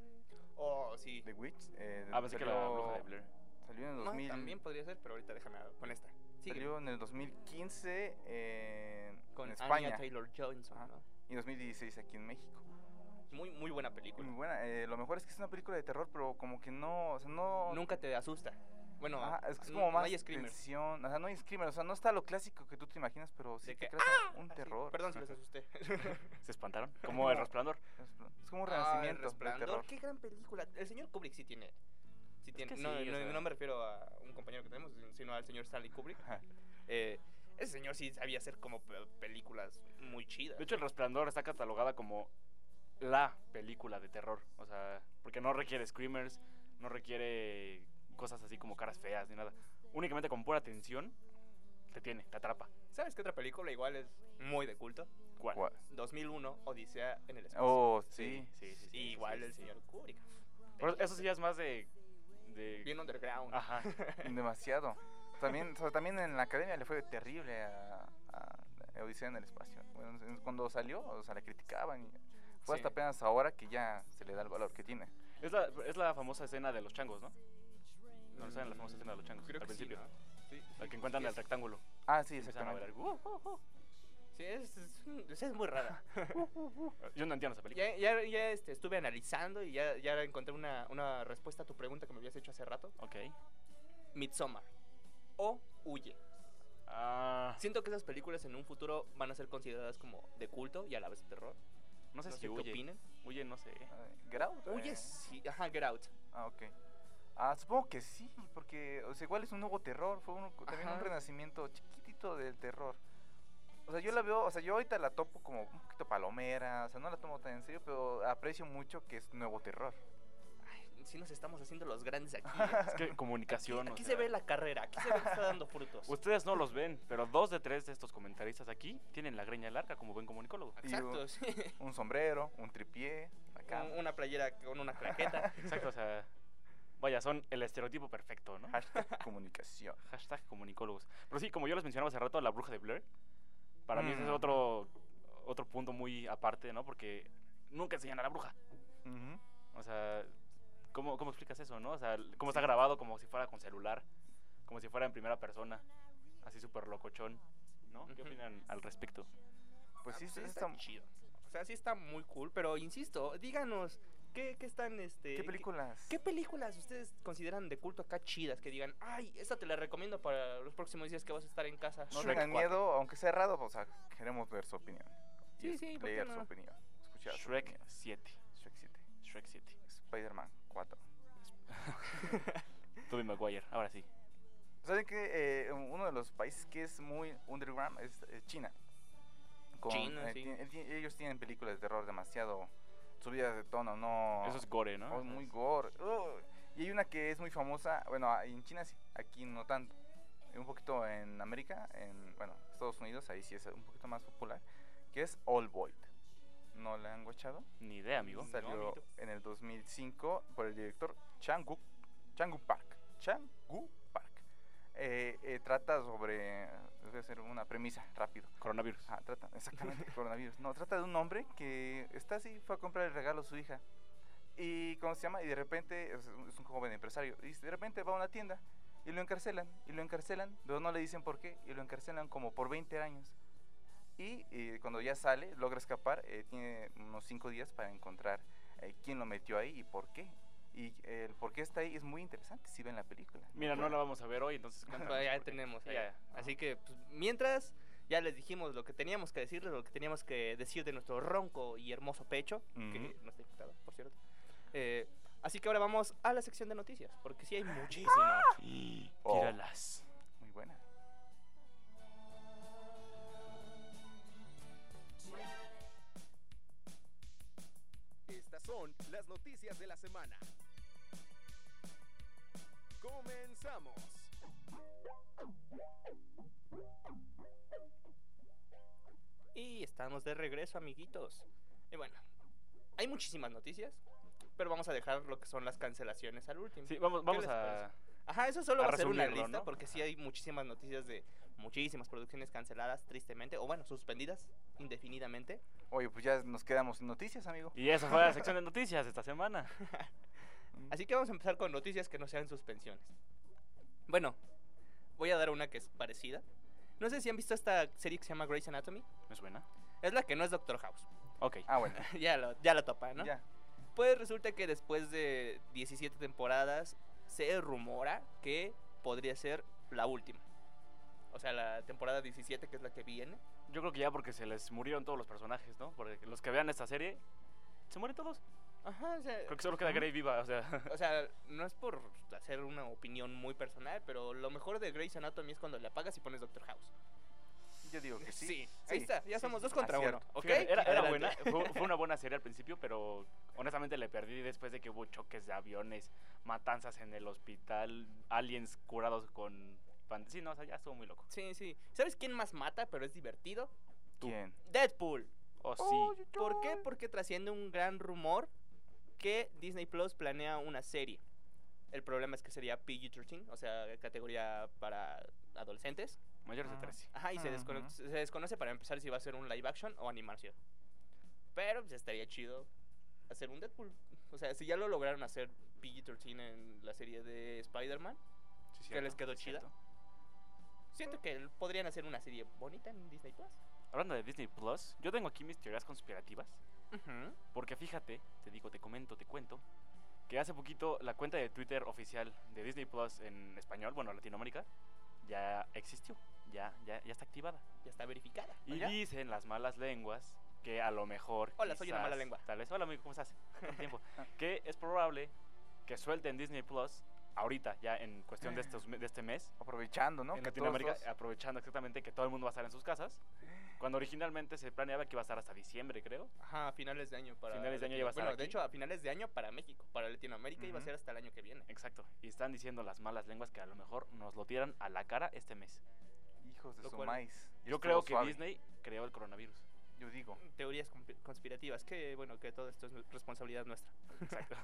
[SPEAKER 8] Oh, sí.
[SPEAKER 7] The Witch. eh,
[SPEAKER 9] Ah, pensé que la
[SPEAKER 7] pero
[SPEAKER 9] bruja de Blair.
[SPEAKER 7] Salió en el
[SPEAKER 8] Ah,
[SPEAKER 7] 2000.
[SPEAKER 8] También podría ser, pero ahorita déjame con esta. Sigue.
[SPEAKER 7] Salió en el 2015 eh,
[SPEAKER 8] Con
[SPEAKER 7] en
[SPEAKER 8] España.
[SPEAKER 7] España
[SPEAKER 8] Anya Taylor Johnson,
[SPEAKER 7] Ajá. y 2016 aquí en México.
[SPEAKER 8] Muy, muy buena película.
[SPEAKER 7] Muy buena. eh, lo mejor es que es una película de terror, pero como que no. O sea, no.
[SPEAKER 8] Nunca te asusta. Bueno,
[SPEAKER 7] Ajá, Ah, es, que es
[SPEAKER 8] no-
[SPEAKER 7] como
[SPEAKER 8] no
[SPEAKER 7] más
[SPEAKER 8] hay screamers.
[SPEAKER 7] tensión. O sea, no hay screamer. O sea, no está lo clásico que tú te imaginas, pero sí
[SPEAKER 8] De
[SPEAKER 7] te
[SPEAKER 8] que,
[SPEAKER 7] crea un
[SPEAKER 8] Ah, sí,
[SPEAKER 7] terror.
[SPEAKER 8] Perdón
[SPEAKER 7] (laughs)
[SPEAKER 8] si les asusté. (laughs)
[SPEAKER 9] ¿Se espantaron? Como el resplandor.
[SPEAKER 7] Es como un
[SPEAKER 8] Ah, El
[SPEAKER 7] renacimiento de
[SPEAKER 8] Resplandor,
[SPEAKER 7] terror.
[SPEAKER 8] Qué gran película. El señor Kubrick sí tiene. sí tiene-
[SPEAKER 9] que
[SPEAKER 8] no,
[SPEAKER 9] sí, o
[SPEAKER 8] no-
[SPEAKER 9] sea.
[SPEAKER 8] no me refiero a un compañero que tenemos, sino al señor Stanley Kubrick.
[SPEAKER 7] Ajá.
[SPEAKER 8] Eh, ese señor sí sabía hacer como pe- películas muy chidas.
[SPEAKER 9] De hecho, el resplandor está catalogada como la película de terror. O sea, porque no requiere screamers, no requiere cosas así como caras feas ni nada. Únicamente con pura tensión te tiene, te atrapa.
[SPEAKER 8] ¿Sabes qué otra película igual es muy de culto?
[SPEAKER 9] ¿Cuál?
[SPEAKER 7] ¿Cuál?
[SPEAKER 8] 2001, Odisea en el espacio.
[SPEAKER 7] Oh, sí.
[SPEAKER 9] Sí, sí, sí,
[SPEAKER 8] igual
[SPEAKER 9] sí,
[SPEAKER 8] el
[SPEAKER 9] sí.
[SPEAKER 8] señor Kubrick.
[SPEAKER 9] Pero eso sí ya Ah, es más de. de-
[SPEAKER 8] Bien underground.
[SPEAKER 9] Ajá.
[SPEAKER 8] (laughs)
[SPEAKER 7] Demasiado. También, o sea, también en la academia le fue terrible a, a Odisea en el espacio. Bueno, en- cuando salió, o sea, la criticaban. y fue
[SPEAKER 8] Sí.
[SPEAKER 7] hasta apenas ahora que ya se le da el valor que tiene.
[SPEAKER 9] Es la, es la famosa escena de los changos, ¿no? No lo saben, la famosa escena de los changos.
[SPEAKER 8] Creo
[SPEAKER 9] al
[SPEAKER 8] que sí,
[SPEAKER 9] principio.
[SPEAKER 8] ¿no? Sí,
[SPEAKER 9] La
[SPEAKER 8] sí,
[SPEAKER 9] que encuentran
[SPEAKER 8] sí,
[SPEAKER 9] el rectángulo.
[SPEAKER 7] Ah, sí,
[SPEAKER 9] Y empiezan a
[SPEAKER 7] exactamente.
[SPEAKER 9] bailar. "Uh, uh, uh".
[SPEAKER 8] Sí, es, es un- es- es muy rara.
[SPEAKER 9] uh, Yo no entiendo esa (laughs) película.
[SPEAKER 8] ya ya, ya, este, estuve analizando y ya, ya encontré una, una respuesta a tu pregunta que me habías hecho hace rato.
[SPEAKER 9] Ok.
[SPEAKER 8] Midsommar. O Huye.
[SPEAKER 9] Ah,
[SPEAKER 8] Siento que esas películas en un futuro van a ser consideradas como de culto y a la vez de terror.
[SPEAKER 9] no sé
[SPEAKER 8] No sé
[SPEAKER 9] si
[SPEAKER 8] qué
[SPEAKER 9] huye.
[SPEAKER 8] opinen.
[SPEAKER 9] Huye, no sé.
[SPEAKER 7] Eh, Grout, eh.
[SPEAKER 8] Huye, sí. Ajá, Get Out.
[SPEAKER 7] Ah, ok. Ah, supongo que sí, porque o sea, igual es un nuevo terror, fue un- también un
[SPEAKER 8] Ajá.
[SPEAKER 7] renacimiento chiquitito del terror. O sea, yo la veo, o sea, yo ahorita la topo como un poquito palomera, o sea, no la tomo tan en serio, pero aprecio mucho que es nuevo
[SPEAKER 8] (laughs)
[SPEAKER 7] terror.
[SPEAKER 8] Ay, sí nos estamos haciendo los grandes aquí. ¿eh?
[SPEAKER 9] (laughs) Es que
[SPEAKER 8] (laughs)
[SPEAKER 9] comunicación. o
[SPEAKER 8] Aquí se
[SPEAKER 9] sea,
[SPEAKER 8] ve la carrera, aquí se ve que está
[SPEAKER 9] (laughs)
[SPEAKER 8] dando frutos.
[SPEAKER 9] Ustedes no los ven, pero dos de tres de estos comentaristas aquí tienen la greña larga como buen comunicólogo.
[SPEAKER 8] Exacto, (laughs) sí.
[SPEAKER 7] Un sombrero, un tripié, acá.
[SPEAKER 8] Con una playera con una
[SPEAKER 7] (laughs)
[SPEAKER 8] claqueta.
[SPEAKER 9] Exacto, o sea. Vaya, son el estereotipo perfecto, ¿no?
[SPEAKER 8] (laughs)
[SPEAKER 7] Hashtag comunicación.
[SPEAKER 9] Hashtag comunicólogos. Pero sí, como yo les mencionaba hace rato, la bruja de Blair. Para mí ese es
[SPEAKER 7] Mm.
[SPEAKER 9] otro, otro punto muy aparte, ¿no? Porque nunca enseñan a la bruja.
[SPEAKER 7] Ujú.
[SPEAKER 9] O sea, ¿cómo, cómo explicas eso, no? O sea, l- cómo está grabado como si fuera con celular, como si fuera en primera persona, así súper locochón, ¿no? ¿Qué
[SPEAKER 8] Ujú.
[SPEAKER 9] opinan al respecto?
[SPEAKER 7] Pues
[SPEAKER 8] Ah,
[SPEAKER 7] sí, sí,
[SPEAKER 8] pues
[SPEAKER 7] está-
[SPEAKER 8] chido. O sea, sí está muy cool, pero insisto, díganos, ¿qué, qué están, este...
[SPEAKER 7] ¿Qué películas?
[SPEAKER 8] ¿Qué películas ustedes consideran de culto acá chidas? Que digan, ay, esta te la recomiendo para los próximos días que vas a estar en casa.
[SPEAKER 7] No
[SPEAKER 9] Shrek
[SPEAKER 7] tengan
[SPEAKER 9] 4.
[SPEAKER 7] miedo, aunque sea errado, o sea, queremos ver su opinión.
[SPEAKER 8] Sí,
[SPEAKER 7] Es-
[SPEAKER 8] sí, ¿por qué
[SPEAKER 7] leer su
[SPEAKER 8] no?
[SPEAKER 7] opinión. Escuchar su
[SPEAKER 9] Shrek
[SPEAKER 7] opinión.
[SPEAKER 9] 7.
[SPEAKER 7] Shrek 7.
[SPEAKER 9] Shrek 7.
[SPEAKER 7] Spider-Man 4.
[SPEAKER 9] Tobey Maguire, ahora sí.
[SPEAKER 7] Pues, ¿Saben que uno de los países que es muy underground es eh, China? Con-
[SPEAKER 8] China,
[SPEAKER 7] eh,
[SPEAKER 8] sí.
[SPEAKER 7] tien- tien- ellos tienen películas de terror demasiado subidas de tono, no.
[SPEAKER 9] Eso es gore, ¿no?
[SPEAKER 7] Oh, muy gore. Uy. y hay una que es muy famosa, bueno, ah, en China sí, aquí no tanto. Un poquito en América, en bueno, Estados Unidos, ahí sí es un poquito más popular, que es All Void. ¿No la han guachado?
[SPEAKER 9] Ni idea, amigo.
[SPEAKER 7] Salió
[SPEAKER 8] amiguito.
[SPEAKER 7] en el 2005 por el director Chang-Gu Chang-Gu Park. Chang-Gu Park. Eh, eh, trata sobre. Les voy a hacer una premisa rápido.
[SPEAKER 9] Coronavirus.
[SPEAKER 7] Ah, trata,
[SPEAKER 9] (laughs)
[SPEAKER 7] exactamente, coronavirus. No, trata de un hombre que está así, fue a comprar el regalo a su hija. Y, ¿cómo se llama? Y de repente, es un, es un joven empresario, y de repente va a una tienda y lo encarcelan, y lo encarcelan, pero no le dicen por qué, y lo encarcelan como por 20 años. Y eh, cuando ya sale, logra escapar, eh, tiene unos 5 días para encontrar eh, quién lo metió ahí y por qué. Y eh, el por qué está ahí es muy interesante si ven la película.
[SPEAKER 9] Mira, no la vamos a ver hoy,
[SPEAKER 7] (laughs)
[SPEAKER 9] entonces cuéntanos,
[SPEAKER 8] Pues ya
[SPEAKER 9] porque- (gasps)
[SPEAKER 8] tenemos.
[SPEAKER 9] Ya,
[SPEAKER 8] ahí.
[SPEAKER 9] ya.
[SPEAKER 8] Así que, pues, mientras, ya les dijimos lo que teníamos que decirles, lo que teníamos que decir de nuestro ronco y hermoso pecho, que
[SPEAKER 7] Ujú.
[SPEAKER 8] no está infectado, por cierto. Eh, así que ahora vamos a la sección de noticias, porque
[SPEAKER 7] (gasps)
[SPEAKER 8] sí hay muchísimas.
[SPEAKER 7] Oh.
[SPEAKER 9] Tíralas.
[SPEAKER 7] Muy buena.
[SPEAKER 10] Estas son las noticias de la semana. Comenzamos.
[SPEAKER 8] Y estamos de regreso, amiguitos. Y bueno, hay muchísimas noticias, pero vamos a dejar lo que son las cancelaciones al último.
[SPEAKER 9] Sí, vamos, vamos
[SPEAKER 8] les
[SPEAKER 9] a.
[SPEAKER 8] Ajá, eso solo
[SPEAKER 9] a
[SPEAKER 8] va a ser una
[SPEAKER 9] resumirlo,
[SPEAKER 8] lista,
[SPEAKER 9] ¿no?
[SPEAKER 8] porque sí hay muchísimas noticias de muchísimas producciones canceladas, tristemente, o bueno, suspendidas indefinidamente.
[SPEAKER 7] Oye, pues ya nos quedamos sin noticias, amigo.
[SPEAKER 9] Y esa fue la sección de noticias de esta semana. Mm.
[SPEAKER 8] Así que vamos a empezar con noticias que no sean suspensiones. Bueno, voy a dar una que es parecida. No sé si han visto esta serie que se llama Grey's Anatomy.
[SPEAKER 9] ¿Me suena?
[SPEAKER 8] Es la que no es Doctor House. (laughs)
[SPEAKER 9] Ok.
[SPEAKER 7] Ah, bueno,
[SPEAKER 8] ya, lo, ya la topan, ¿no?
[SPEAKER 7] ya.
[SPEAKER 8] Pues resulta que después de 17 temporadas se rumora que podría ser la última. O sea, la temporada 17, que es la que viene.
[SPEAKER 9] Yo creo que ya porque se les murieron todos los personajes, ¿no? Porque los que vean esta serie, se mueren todos.
[SPEAKER 8] Ajá, o sea,
[SPEAKER 9] Creo que solo queda Grey viva, o sea.
[SPEAKER 8] O sea, no es por hacer una opinión muy personal, pero lo mejor de Grey's Anatomy es cuando le apagas y pones Doctor House.
[SPEAKER 7] Yo digo que sí.
[SPEAKER 8] Ahí
[SPEAKER 7] Sí,
[SPEAKER 8] está, ya
[SPEAKER 7] sí,
[SPEAKER 8] somos
[SPEAKER 7] sí.
[SPEAKER 8] dos contra uno.
[SPEAKER 7] Acierto.
[SPEAKER 8] ¿Ok?
[SPEAKER 9] Fíjate, Era, era
[SPEAKER 8] Adelante. (laughs)
[SPEAKER 9] buena, fue, fue una buena serie al principio, pero honestamente le perdí después de que hubo choques de aviones, matanzas en el hospital, aliens curados con... pan- Sí, no, o sea, ya estuvo muy loco.
[SPEAKER 8] Sí, sí. ¿Sabes quién más mata, pero es divertido?
[SPEAKER 7] ¿Quién?
[SPEAKER 8] Deadpool.
[SPEAKER 9] Oh, sí.
[SPEAKER 8] ¿Por qué? Porque trasciende un gran rumor que Disney Plus planea una serie. El problema es que sería PG-13, o sea, categoría para adolescentes.
[SPEAKER 9] Mayores de
[SPEAKER 7] Ah.
[SPEAKER 9] 13.
[SPEAKER 8] Ajá, y se,
[SPEAKER 7] Ujú.
[SPEAKER 8] descono- se desconoce para empezar si va a ser un live action o animación. Pero pues, estaría chido hacer un Deadpool. O sea, si ya lo lograron hacer PG-13 en la serie de Spider-Man,
[SPEAKER 9] Sí,
[SPEAKER 8] ¿Que les
[SPEAKER 9] cierto,
[SPEAKER 8] quedó
[SPEAKER 9] sí,
[SPEAKER 8] chida?
[SPEAKER 9] cierto.
[SPEAKER 8] siento que podrían hacer una serie bonita en Disney Plus.
[SPEAKER 9] Hablando de Disney Plus, yo tengo aquí mis teorías conspirativas. Porque fíjate, te digo, te comento, te cuento, que hace poquito la cuenta de Twitter oficial de Disney Plus en español, bueno, Latinoamérica, ya existió, ya, ya, ya está activada.
[SPEAKER 8] Ya está verificada.
[SPEAKER 9] Y
[SPEAKER 8] Oiga.
[SPEAKER 9] dicen las malas lenguas que a lo mejor.
[SPEAKER 8] Hola, soy una mala lengua.
[SPEAKER 9] Tal vez, hola amigo, ¿cómo
[SPEAKER 7] (laughs)
[SPEAKER 9] estás? Tanto tiempo. que es probable que suelten Disney Plus ahorita, ya en cuestión de, estos, me- de este mes.
[SPEAKER 7] Aprovechando, ¿no?
[SPEAKER 9] en
[SPEAKER 7] Que todos
[SPEAKER 9] Latinoamérica,
[SPEAKER 7] los-
[SPEAKER 9] aprovechando exactamente que todo el mundo va a estar en sus casas. Cuando originalmente se planeaba que iba a estar hasta diciembre, creo.
[SPEAKER 8] Ajá, a finales de año para.
[SPEAKER 9] Finales de año ya va a estar
[SPEAKER 8] Bueno,
[SPEAKER 9] aquí.
[SPEAKER 8] de hecho, a finales de año para México. Para Latinoamérica iba a
[SPEAKER 7] Ujú.
[SPEAKER 8] ser hasta el año que viene.
[SPEAKER 9] Exacto. Y están diciendo las malas lenguas que a lo mejor nos lo tiran a la cara este mes.
[SPEAKER 7] Hijos de
[SPEAKER 8] Lo
[SPEAKER 7] su
[SPEAKER 8] cual-
[SPEAKER 7] maíz. Ya
[SPEAKER 9] Yo
[SPEAKER 7] estuvo
[SPEAKER 9] creo que
[SPEAKER 7] suave,
[SPEAKER 9] Disney creó el coronavirus.
[SPEAKER 7] Yo digo.
[SPEAKER 8] Teorías conspi- conspirativas, que bueno, que todo esto es nu- responsabilidad nuestra.
[SPEAKER 9] Exacto.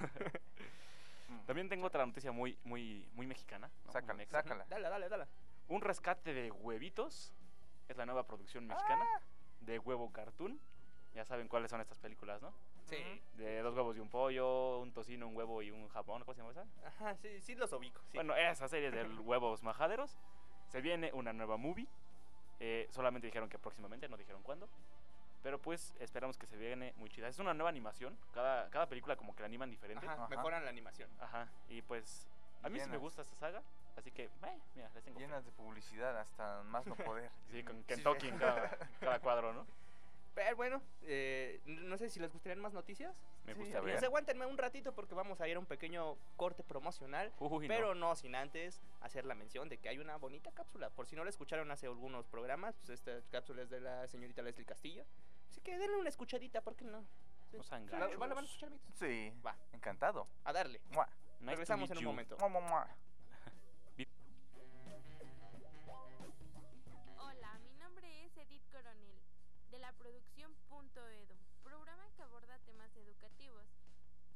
[SPEAKER 7] Mm.
[SPEAKER 9] También tengo otra noticia muy, muy, muy mexicana. ¿no? Muy
[SPEAKER 7] Sácala,
[SPEAKER 9] mexa.
[SPEAKER 7] sácala.
[SPEAKER 8] Dale, dale, dale.
[SPEAKER 9] Un rescate de huevitos. Es la nueva producción mexicana
[SPEAKER 8] Ah.
[SPEAKER 9] de Huevo Cartoon. Ya saben cuáles son estas películas, ¿no?
[SPEAKER 8] Sí.
[SPEAKER 9] De dos huevos y un pollo, un tocino, un huevo y un jabón. ¿Cómo se llama esa?
[SPEAKER 8] Ajá, sí, sí los ubico. sí.
[SPEAKER 9] Bueno, esa serie
[SPEAKER 8] (laughs)
[SPEAKER 9] de huevos majaderos. Se viene una nueva movie. eh, solamente dijeron que próximamente, no dijeron cuándo. Pero pues esperamos que se viene muy chida. Es una nueva animación. Cada, cada película como que la animan diferente.
[SPEAKER 8] Ajá,
[SPEAKER 7] Ajá.
[SPEAKER 8] mejoran la animación.
[SPEAKER 9] Ajá, Y pues a mí sí me
[SPEAKER 7] Llenas.
[SPEAKER 9] gusta esta saga. Así que, eh, mira, les tengo. fe. (laughs)
[SPEAKER 7] Llenas de publicidad hasta más no poder.
[SPEAKER 8] (laughs)
[SPEAKER 9] Sí, con Kentucky en cada, cada cuadro, ¿no?
[SPEAKER 8] Pero bueno, eh, no sé si les gustarían más noticias.
[SPEAKER 9] Me
[SPEAKER 8] Sí,
[SPEAKER 9] gusta
[SPEAKER 8] pues
[SPEAKER 9] ver.
[SPEAKER 8] aguántenme un ratito porque vamos a ir a un pequeño corte promocional.
[SPEAKER 9] Uy, no.
[SPEAKER 8] Pero no sin antes hacer la mención de que hay una bonita cápsula. Por si no la escucharon hace algunos programas, pues esta cápsula es de la señorita Leslie Castillo. Así que denle una escuchadita, ¿por qué no? Sí.
[SPEAKER 9] No sean
[SPEAKER 8] ¿La- la- la van a
[SPEAKER 9] gachos.
[SPEAKER 8] escuchar, amigos?
[SPEAKER 7] Sí.
[SPEAKER 8] Va.
[SPEAKER 7] Encantado.
[SPEAKER 8] A darle.
[SPEAKER 7] Mua,
[SPEAKER 9] Nice to
[SPEAKER 8] Regresamos
[SPEAKER 9] meet
[SPEAKER 8] en un
[SPEAKER 9] you.
[SPEAKER 8] momento.
[SPEAKER 7] mua, mua, mua.
[SPEAKER 6] Hola, mi nombre es Edith Coronel, de la producción Punto Edu, programa que aborda temas educativos.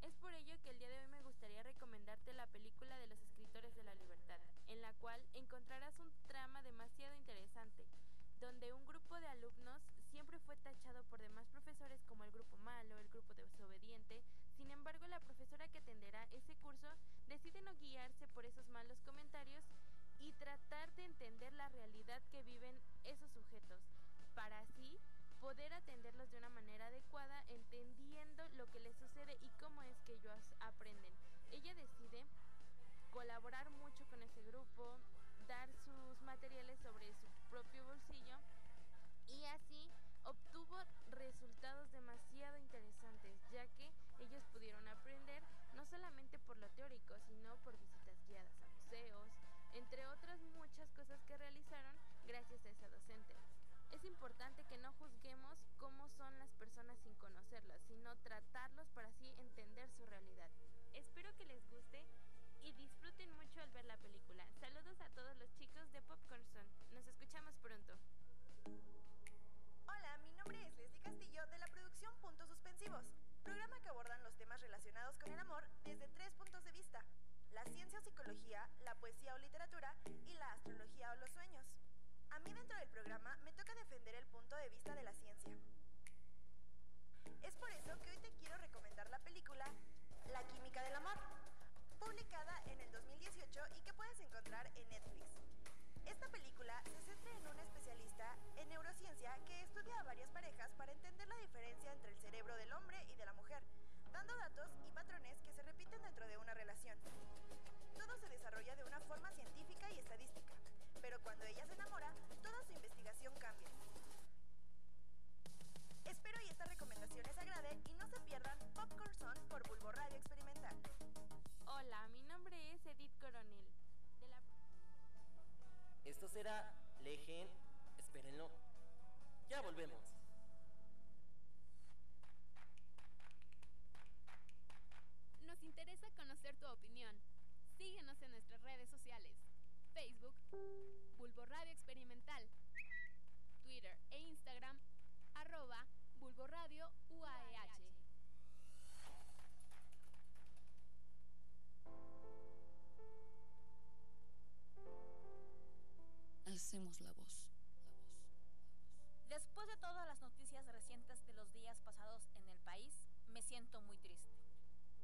[SPEAKER 6] Es por ello que el día de hoy me gustaría recomendarte la película de los escritores de la libertad, en la cual encontrarás un trama demasiado interesante, donde un grupo de alumnos siempre fue tachado por demás profesores como el grupo malo, el grupo desobediente, sin embargo la profesora que atenderá ese curso decide no guiarse por esos malos comentarios y tratar de entender la realidad que viven esos sujetos, para así poder atenderlos de una manera adecuada, entendiendo lo que les sucede y cómo es que ellos aprenden. Ella decide colaborar mucho con ese grupo, dar sus materiales sobre su propio bolsillo y así obtuvo resultados demasiado interesantes, ya que ellos pudieron aprender no solamente por lo teórico, sino por visitas guiadas a museos, entre otras muchas cosas que realizaron gracias a esa docente. Es importante que no juzguemos cómo son las personas sin conocerlas, sino tratarlos para así entender su realidad. Espero que les guste y disfruten mucho al ver la película. Saludos a todos los chicos de Popcorn Zone. Nos escuchamos pronto.
[SPEAKER 11] Hola, mi nombre es Leslie Castillo de la producción Puntos Suspensivos, programa que abordan los temas relacionados con el amor desde tres puntos de vista, la ciencia o psicología, la poesía o literatura y la astrología o los sueños. A mí dentro del programa me toca defender el punto de vista de la ciencia. Es por eso que hoy te quiero recomendar la película La química del amor, publicada en el 2018 y que puedes encontrar en Netflix. Esta película se centra en un especialista en neurociencia que estudia a varias parejas para entender la diferencia entre el cerebro del hombre y de la mujer, dando datos y patrones que se repiten dentro de una relación. Todo se desarrolla de una forma científica y estadística, pero cuando ella se enamora, toda su investigación cambia. Espero y esta recomendación les agrade y no se pierdan Popcorn Zone por Bulbo Radio Experimental.
[SPEAKER 6] Hola, mi nombre es Edith Coronel. De la...
[SPEAKER 12] Esto será Lejen. Espérenlo. Ya volvemos.
[SPEAKER 6] Nos interesa conocer tu opinión. Síguenos en nuestras redes sociales. Facebook, Bulbo Radio Experimental. Twitter e Instagram, arroba Bulbo Radio E UAEH.
[SPEAKER 13] Alcemos la voz.
[SPEAKER 14] Después de todas las noticias recientes de los días pasados en el país, me siento muy triste.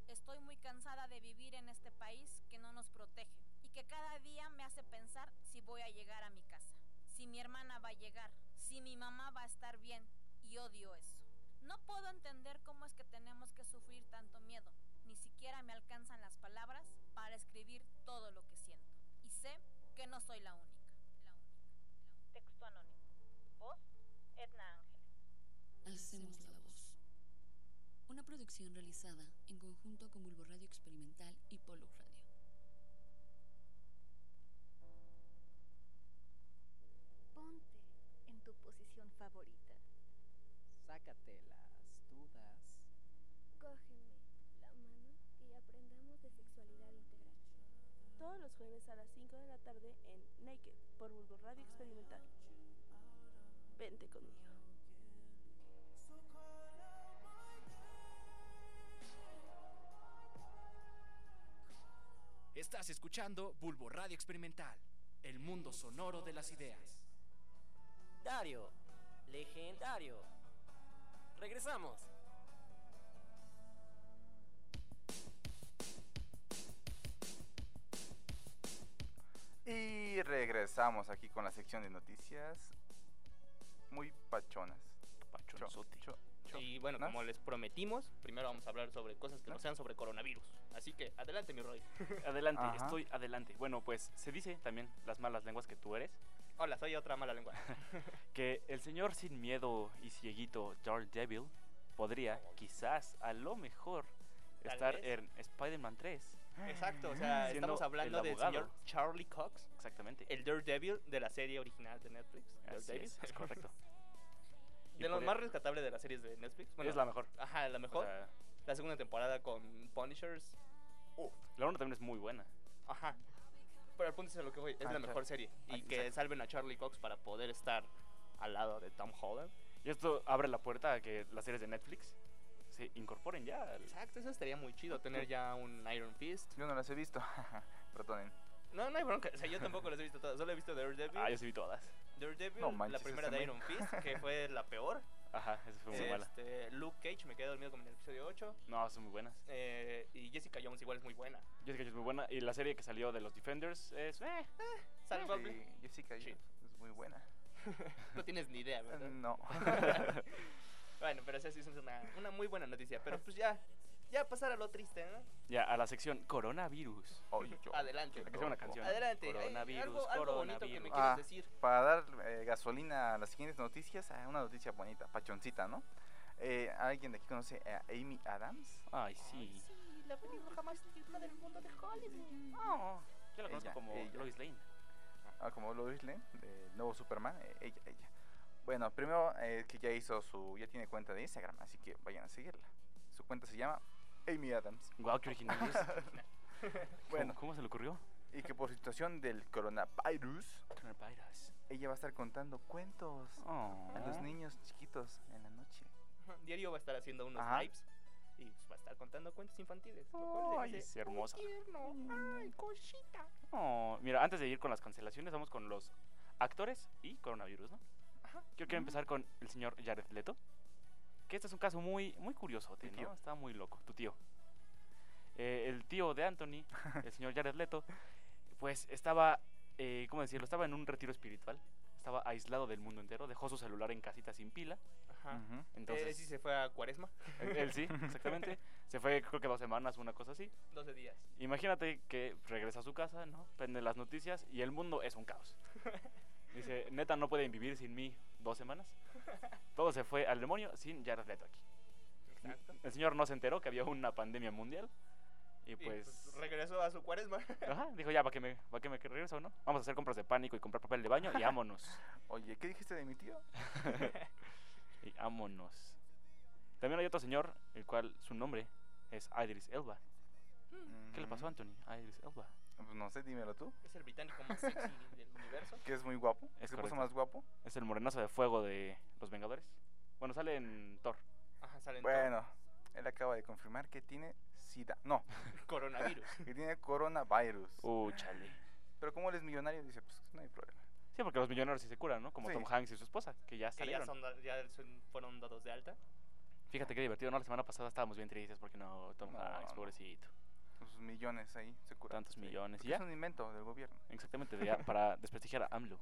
[SPEAKER 14] Estoy muy cansada de vivir en este país que no nos protege y que cada día me hace pensar si voy a llegar a mi casa, si mi hermana va a llegar, si mi mamá va a estar bien y odio eso. No puedo entender cómo es que tenemos que sufrir tanto miedo. Ni siquiera me alcanzan las palabras para escribir todo lo que siento. Y sé que no soy la única. Texto anónimo. Voz, Edna Ángel.
[SPEAKER 13] Alcemos la voz. Una producción realizada en conjunto con Bulbo Radio Experimental y Polo Radio.
[SPEAKER 15] Ponte en tu posición favorita.
[SPEAKER 16] Sácate las dudas.
[SPEAKER 15] Cógeme la mano y aprendamos de sexualidad integral.
[SPEAKER 17] Todos los jueves a las 5 de la tarde en Naked por Bulbo Radio Experimental. Vente conmigo.
[SPEAKER 18] Estás escuchando Bulbo Radio Experimental, el mundo sonoro de las ideas.
[SPEAKER 12] Dario. Legendario. Regresamos.
[SPEAKER 7] Y regresamos aquí con la sección de noticias muy pachonas. Pachonzote.
[SPEAKER 8] Y bueno,
[SPEAKER 7] ¿No?
[SPEAKER 8] como les prometimos, primero vamos a hablar sobre cosas que no sean sobre coronavirus. Así que adelante, mi Roy.
[SPEAKER 9] Adelante,
[SPEAKER 7] Ajá.
[SPEAKER 9] estoy adelante. Bueno, pues se dice también las malas lenguas que tú eres.
[SPEAKER 8] Hola, soy otra
[SPEAKER 9] (laughs)
[SPEAKER 8] mala lengua.
[SPEAKER 9] que el señor sin miedo y cieguito Daredevil podría, quizás, a lo mejor,
[SPEAKER 8] Tal
[SPEAKER 9] estar
[SPEAKER 8] vez.
[SPEAKER 9] en Spider-Man 3.
[SPEAKER 8] Exacto, o sea,
[SPEAKER 9] Siendo
[SPEAKER 8] estamos hablando
[SPEAKER 9] el
[SPEAKER 8] del
[SPEAKER 9] abogado.
[SPEAKER 8] señor Charlie Cox,
[SPEAKER 9] Exactamente.
[SPEAKER 8] el Daredevil de la serie original de Netflix.
[SPEAKER 9] Así
[SPEAKER 8] Daredevil.
[SPEAKER 9] es, es
[SPEAKER 8] (laughs)
[SPEAKER 9] correcto. Y
[SPEAKER 8] De lo
[SPEAKER 9] podría-
[SPEAKER 8] más rescatable de las series de Netflix.
[SPEAKER 9] Es la mejor.
[SPEAKER 8] Ajá, la mejor.
[SPEAKER 9] O sea-
[SPEAKER 8] la segunda temporada con Punishers. Uf.
[SPEAKER 9] La 1 también es muy buena.
[SPEAKER 8] Ajá. Pero al punto es a lo que voy. Es
[SPEAKER 9] Ah,
[SPEAKER 8] la
[SPEAKER 9] claro.
[SPEAKER 8] mejor serie. Y
[SPEAKER 9] Ah,
[SPEAKER 8] que
[SPEAKER 9] exacto.
[SPEAKER 8] salven a Charlie Cox para poder estar al lado de Tom Holland.
[SPEAKER 9] Y esto abre la puerta a que las series de Netflix se incorporen ya. al-
[SPEAKER 8] Exacto, eso estaría muy chido. Tener ya un Iron Fist.
[SPEAKER 7] Yo no las he visto. (laughs) Perdonen.
[SPEAKER 8] No, no hay bronca. O sea, yo tampoco las he visto todas. Solo he visto Daredevil.
[SPEAKER 9] Ah, yo sí vi todas.
[SPEAKER 8] Daredevil,
[SPEAKER 9] No manches,
[SPEAKER 8] la primera
[SPEAKER 9] este
[SPEAKER 8] de
[SPEAKER 9] men.
[SPEAKER 8] Iron Fist, que fue la peor.
[SPEAKER 9] Ajá, esa fue muy mala.
[SPEAKER 8] Este, Luke Cage, me quedé dormido como en el episodio 8.
[SPEAKER 9] No, son muy buenas.
[SPEAKER 8] Eh, y Jessica Jones igual es muy buena.
[SPEAKER 9] Jessica Jones es muy buena. Y la serie que salió de los Defenders es. eh,
[SPEAKER 8] Salvable.
[SPEAKER 7] Sí, Jessica Jones es muy buena.
[SPEAKER 8] No tienes ni idea, ¿verdad?
[SPEAKER 9] Mm. (laughs)
[SPEAKER 7] No.
[SPEAKER 8] bueno, pero esa sí es una, una muy buena noticia. Pero pues ya, ya pasar a lo triste, ¿no?
[SPEAKER 9] Ya, a la sección coronavirus.
[SPEAKER 8] Adelante.
[SPEAKER 9] Hay que hacer una canción.
[SPEAKER 8] Adelante. Hay
[SPEAKER 9] Coronavirus,
[SPEAKER 8] algo- algo bonito que
[SPEAKER 9] coronavirus.
[SPEAKER 8] me quieras decir.
[SPEAKER 7] Para dar eh, gasolina a las siguientes noticias, ah, una noticia bonita, pachoncita, ¿no? Eh, ¿Alguien de aquí conoce a Amy Adams?
[SPEAKER 9] Ay, sí.
[SPEAKER 8] la película jamás digna del mundo de Hollywood.
[SPEAKER 7] No.
[SPEAKER 9] Yo la conozco
[SPEAKER 7] Ella,
[SPEAKER 9] como
[SPEAKER 7] ella.
[SPEAKER 9] Lois Lane.
[SPEAKER 7] Ah, como Lois Lane, el nuevo Superman, eh, ella, ella. Bueno, primero eh, que ya hizo su, ya tiene cuenta de Instagram, así que vayan a seguirla. Su cuenta se llama Amy Adams.
[SPEAKER 9] Guau, qué original
[SPEAKER 7] (laughs)
[SPEAKER 9] es.
[SPEAKER 7] Bueno.
[SPEAKER 9] ¿Cómo, cómo se le ocurrió?
[SPEAKER 7] Y que por situación del coronavirus,
[SPEAKER 9] Coronavirus.
[SPEAKER 7] ella va a estar contando cuentos a los
[SPEAKER 8] Ah.
[SPEAKER 9] Aw.
[SPEAKER 7] niños chiquitos en la noche.
[SPEAKER 9] Ah.
[SPEAKER 8] Diario va a estar haciendo unos
[SPEAKER 7] Ajá.
[SPEAKER 8] lives y pues, va a estar contando cuentos infantiles. lo cual se me
[SPEAKER 9] Ay,
[SPEAKER 8] hace
[SPEAKER 9] es
[SPEAKER 8] muy
[SPEAKER 9] hermosa.
[SPEAKER 8] tierno. Ay, cosita.
[SPEAKER 9] Oh, mira, antes de ir con las cancelaciones, vamos con los actores y coronavirus, ¿no? Yo quiero empezar con el señor Jared Leto. Que este es un caso muy, muy curioso,
[SPEAKER 7] Mi tío.
[SPEAKER 9] ¿no? Está muy loco, tu tío. Eh, el tío de
[SPEAKER 7] (laughs)
[SPEAKER 9] Anthony, el señor Jared Leto, pues estaba, eh, ¿cómo decirlo? Estaba en un retiro espiritual. Estaba aislado del mundo entero. Dejó su celular en casita sin pila.
[SPEAKER 8] Ajá.
[SPEAKER 7] Ujú.
[SPEAKER 8] Entonces,
[SPEAKER 9] Mm, Entonces,
[SPEAKER 8] sí se fue a Cuaresma.
[SPEAKER 9] él, él sí,
[SPEAKER 7] (laughs)
[SPEAKER 9] exactamente. Se fue, creo que dos semanas, una cosa así.
[SPEAKER 8] 12 días.
[SPEAKER 9] Imagínate que regresa a su casa, ¿no? Prende las noticias y el mundo es un caos. Dice, neta, no pueden vivir sin mí dos semanas. Todo se fue al demonio sin Jared Leto aquí.
[SPEAKER 8] Exacto.
[SPEAKER 9] El señor no se enteró que había una pandemia mundial. Y
[SPEAKER 8] Y, pues,
[SPEAKER 9] pues...
[SPEAKER 8] regresó a su Cuaresma. (laughs)
[SPEAKER 9] Ajá, dijo, ya, ¿para que me, para que me regreso, no? Vamos a hacer compras de pánico y comprar papel de baño y vámonos.
[SPEAKER 7] Oye, ¿qué dijiste de mi tío?
[SPEAKER 9] y vámonos. También hay otro señor, el cual su nombre es Idris Elba. ¿Qué le pasó a Anthony? A Idris Elba.
[SPEAKER 7] Pues no sé, dímelo tú.
[SPEAKER 8] Es el británico más sexy del universo.
[SPEAKER 7] Que es muy guapo.
[SPEAKER 9] Es
[SPEAKER 7] se puso
[SPEAKER 9] correcto.
[SPEAKER 7] más guapo.
[SPEAKER 9] Es el morenazo de fuego de los Vengadores. Bueno, sale en Thor.
[SPEAKER 8] Ajá, salen
[SPEAKER 7] Bueno, él acaba de confirmar que tiene SIDA. No,
[SPEAKER 9] (laughs)
[SPEAKER 8] Coronavirus.
[SPEAKER 7] que tiene coronavirus.
[SPEAKER 9] Uh, chale.
[SPEAKER 7] Pero como él es millonario, dice, pues no hay problema.
[SPEAKER 9] Sí, porque los millonarios sí se curan, ¿no? Como
[SPEAKER 7] Sí.
[SPEAKER 9] Tom Hanks y su esposa, que ya
[SPEAKER 8] Que
[SPEAKER 9] salieron.
[SPEAKER 8] ya, son, da- ya son- fueron dados de alta.
[SPEAKER 9] Fíjate qué divertido, ¿no? La semana pasada estábamos bien tristes porque no, Tom
[SPEAKER 7] No,
[SPEAKER 9] Hanks,
[SPEAKER 7] no.
[SPEAKER 9] pobrecito.
[SPEAKER 7] Sus Pues, millones ahí se curan.
[SPEAKER 9] Tantos millones y
[SPEAKER 7] Porque
[SPEAKER 9] ya.
[SPEAKER 7] Es un invento del gobierno. (laughs)
[SPEAKER 9] Exactamente, de- para (laughs) desprestigiar a AMLO.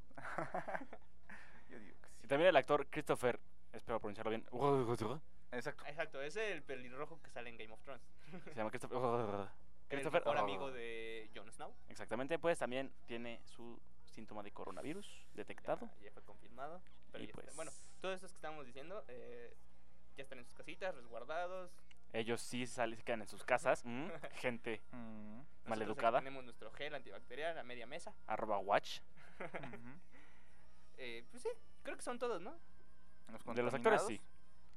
[SPEAKER 7] Yo digo que sí.
[SPEAKER 9] Y también el actor Christopher, espero pronunciarlo bien. (laughs)
[SPEAKER 7] Exacto.
[SPEAKER 8] Exacto, es el pelirrojo que sale en Game of Thrones.
[SPEAKER 9] Se llama Christopher.
[SPEAKER 8] (laughs) el mejor amigo de Jon Snow.
[SPEAKER 9] Exactamente, pues también tiene su síntoma de coronavirus detectado.
[SPEAKER 8] Ya, ya fue confirmado. Pero
[SPEAKER 9] Y
[SPEAKER 8] ya está.
[SPEAKER 9] pues-
[SPEAKER 8] Bueno, todos estos que estábamos diciendo eh, ya están en sus casitas, resguardados.
[SPEAKER 9] Ellos sí salen, se quedan en sus casas. mm,
[SPEAKER 8] (laughs)
[SPEAKER 9] Gente
[SPEAKER 7] Mm,
[SPEAKER 8] Nosotros
[SPEAKER 9] maleducada.
[SPEAKER 8] aquí Tenemos nuestro gel antibacterial a media mesa.
[SPEAKER 9] Arroba watch.
[SPEAKER 7] ujú.
[SPEAKER 8] Eh, pues sí, creo que son todos, ¿no?
[SPEAKER 7] Los
[SPEAKER 9] (laughs) De los actores, sí.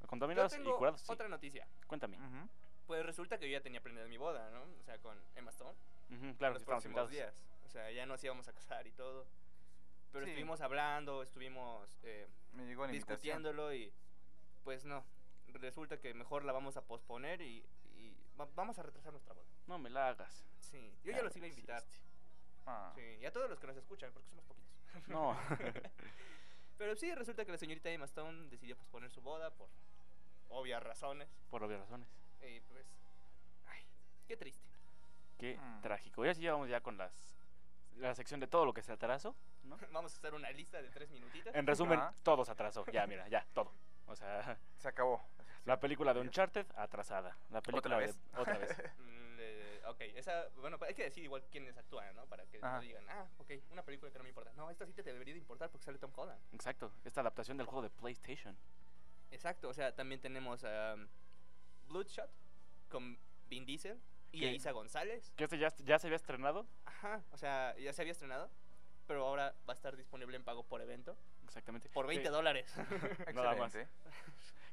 [SPEAKER 7] contaminados,
[SPEAKER 9] Los
[SPEAKER 8] Yo
[SPEAKER 9] Contaminados y
[SPEAKER 8] tengo
[SPEAKER 9] curados, sí.
[SPEAKER 8] otra noticia.
[SPEAKER 9] Cuéntame.
[SPEAKER 7] ujú.
[SPEAKER 8] Pues resulta que yo ya tenía planeada mi boda, ¿no? O sea, con Emma Stone.
[SPEAKER 9] Ujú, claro, sí
[SPEAKER 8] los
[SPEAKER 9] estamos
[SPEAKER 8] próximos
[SPEAKER 9] invitados.
[SPEAKER 8] días. O sea, ya nos íbamos a casar y todo. Pero
[SPEAKER 7] Sí.
[SPEAKER 8] estuvimos hablando, estuvimos eh,
[SPEAKER 7] Me llegó la invitación.
[SPEAKER 8] discutiéndolo y pues no. Resulta que mejor la vamos a posponer y, y va- vamos a retrasar nuestra boda.
[SPEAKER 9] No me la hagas.
[SPEAKER 8] Sí, yo ya
[SPEAKER 9] Claro
[SPEAKER 8] los iba a
[SPEAKER 9] que sí,
[SPEAKER 8] invitar.
[SPEAKER 9] este.
[SPEAKER 7] Ah,
[SPEAKER 8] Sí, y a todos los que nos escuchan, porque somos poquitos.
[SPEAKER 9] No.
[SPEAKER 8] Pero sí, resulta que la señorita Emma Stone decidió posponer su boda por obvias razones.
[SPEAKER 9] (laughs) Por obvias razones.
[SPEAKER 8] Y pues, ay, qué triste.
[SPEAKER 9] Qué
[SPEAKER 7] Mm.
[SPEAKER 9] trágico. Y así llevamos ya con las la sección de todo lo que se atrasó, ¿no?
[SPEAKER 8] (laughs)
[SPEAKER 9] Er.
[SPEAKER 8] Vamos a hacer una lista de tres minutitas.
[SPEAKER 9] En resumen,
[SPEAKER 7] Ajá.
[SPEAKER 9] todo se atrasó. Ya, mira, ya, todo. O sea,
[SPEAKER 7] Se acabó.
[SPEAKER 9] la película de Uncharted atrasada. La película
[SPEAKER 7] vez.
[SPEAKER 9] De, otra vez.
[SPEAKER 8] Mm, eh, ok, esa, bueno, hay que decir igual quiénes actúan, ¿no? Para que
[SPEAKER 9] Ajá.
[SPEAKER 8] no digan, ah, ok, una película que no me importa. No, esta sí te debería de importar porque sale Tom Holland.
[SPEAKER 9] Exacto, esta adaptación del juego de PlayStation.
[SPEAKER 8] Exacto, o sea, también tenemos a um, Bloodshot con Vin Diesel y
[SPEAKER 9] Que-
[SPEAKER 8] a Isa González.
[SPEAKER 9] Que este ya, ya se había estrenado.
[SPEAKER 8] Ajá, o sea, ya se había estrenado, pero ahora va a estar disponible en pago por evento.
[SPEAKER 9] Exactamente.
[SPEAKER 8] Por 20
[SPEAKER 9] (laughs)
[SPEAKER 8] dólares.
[SPEAKER 9] (laughs) Nada más.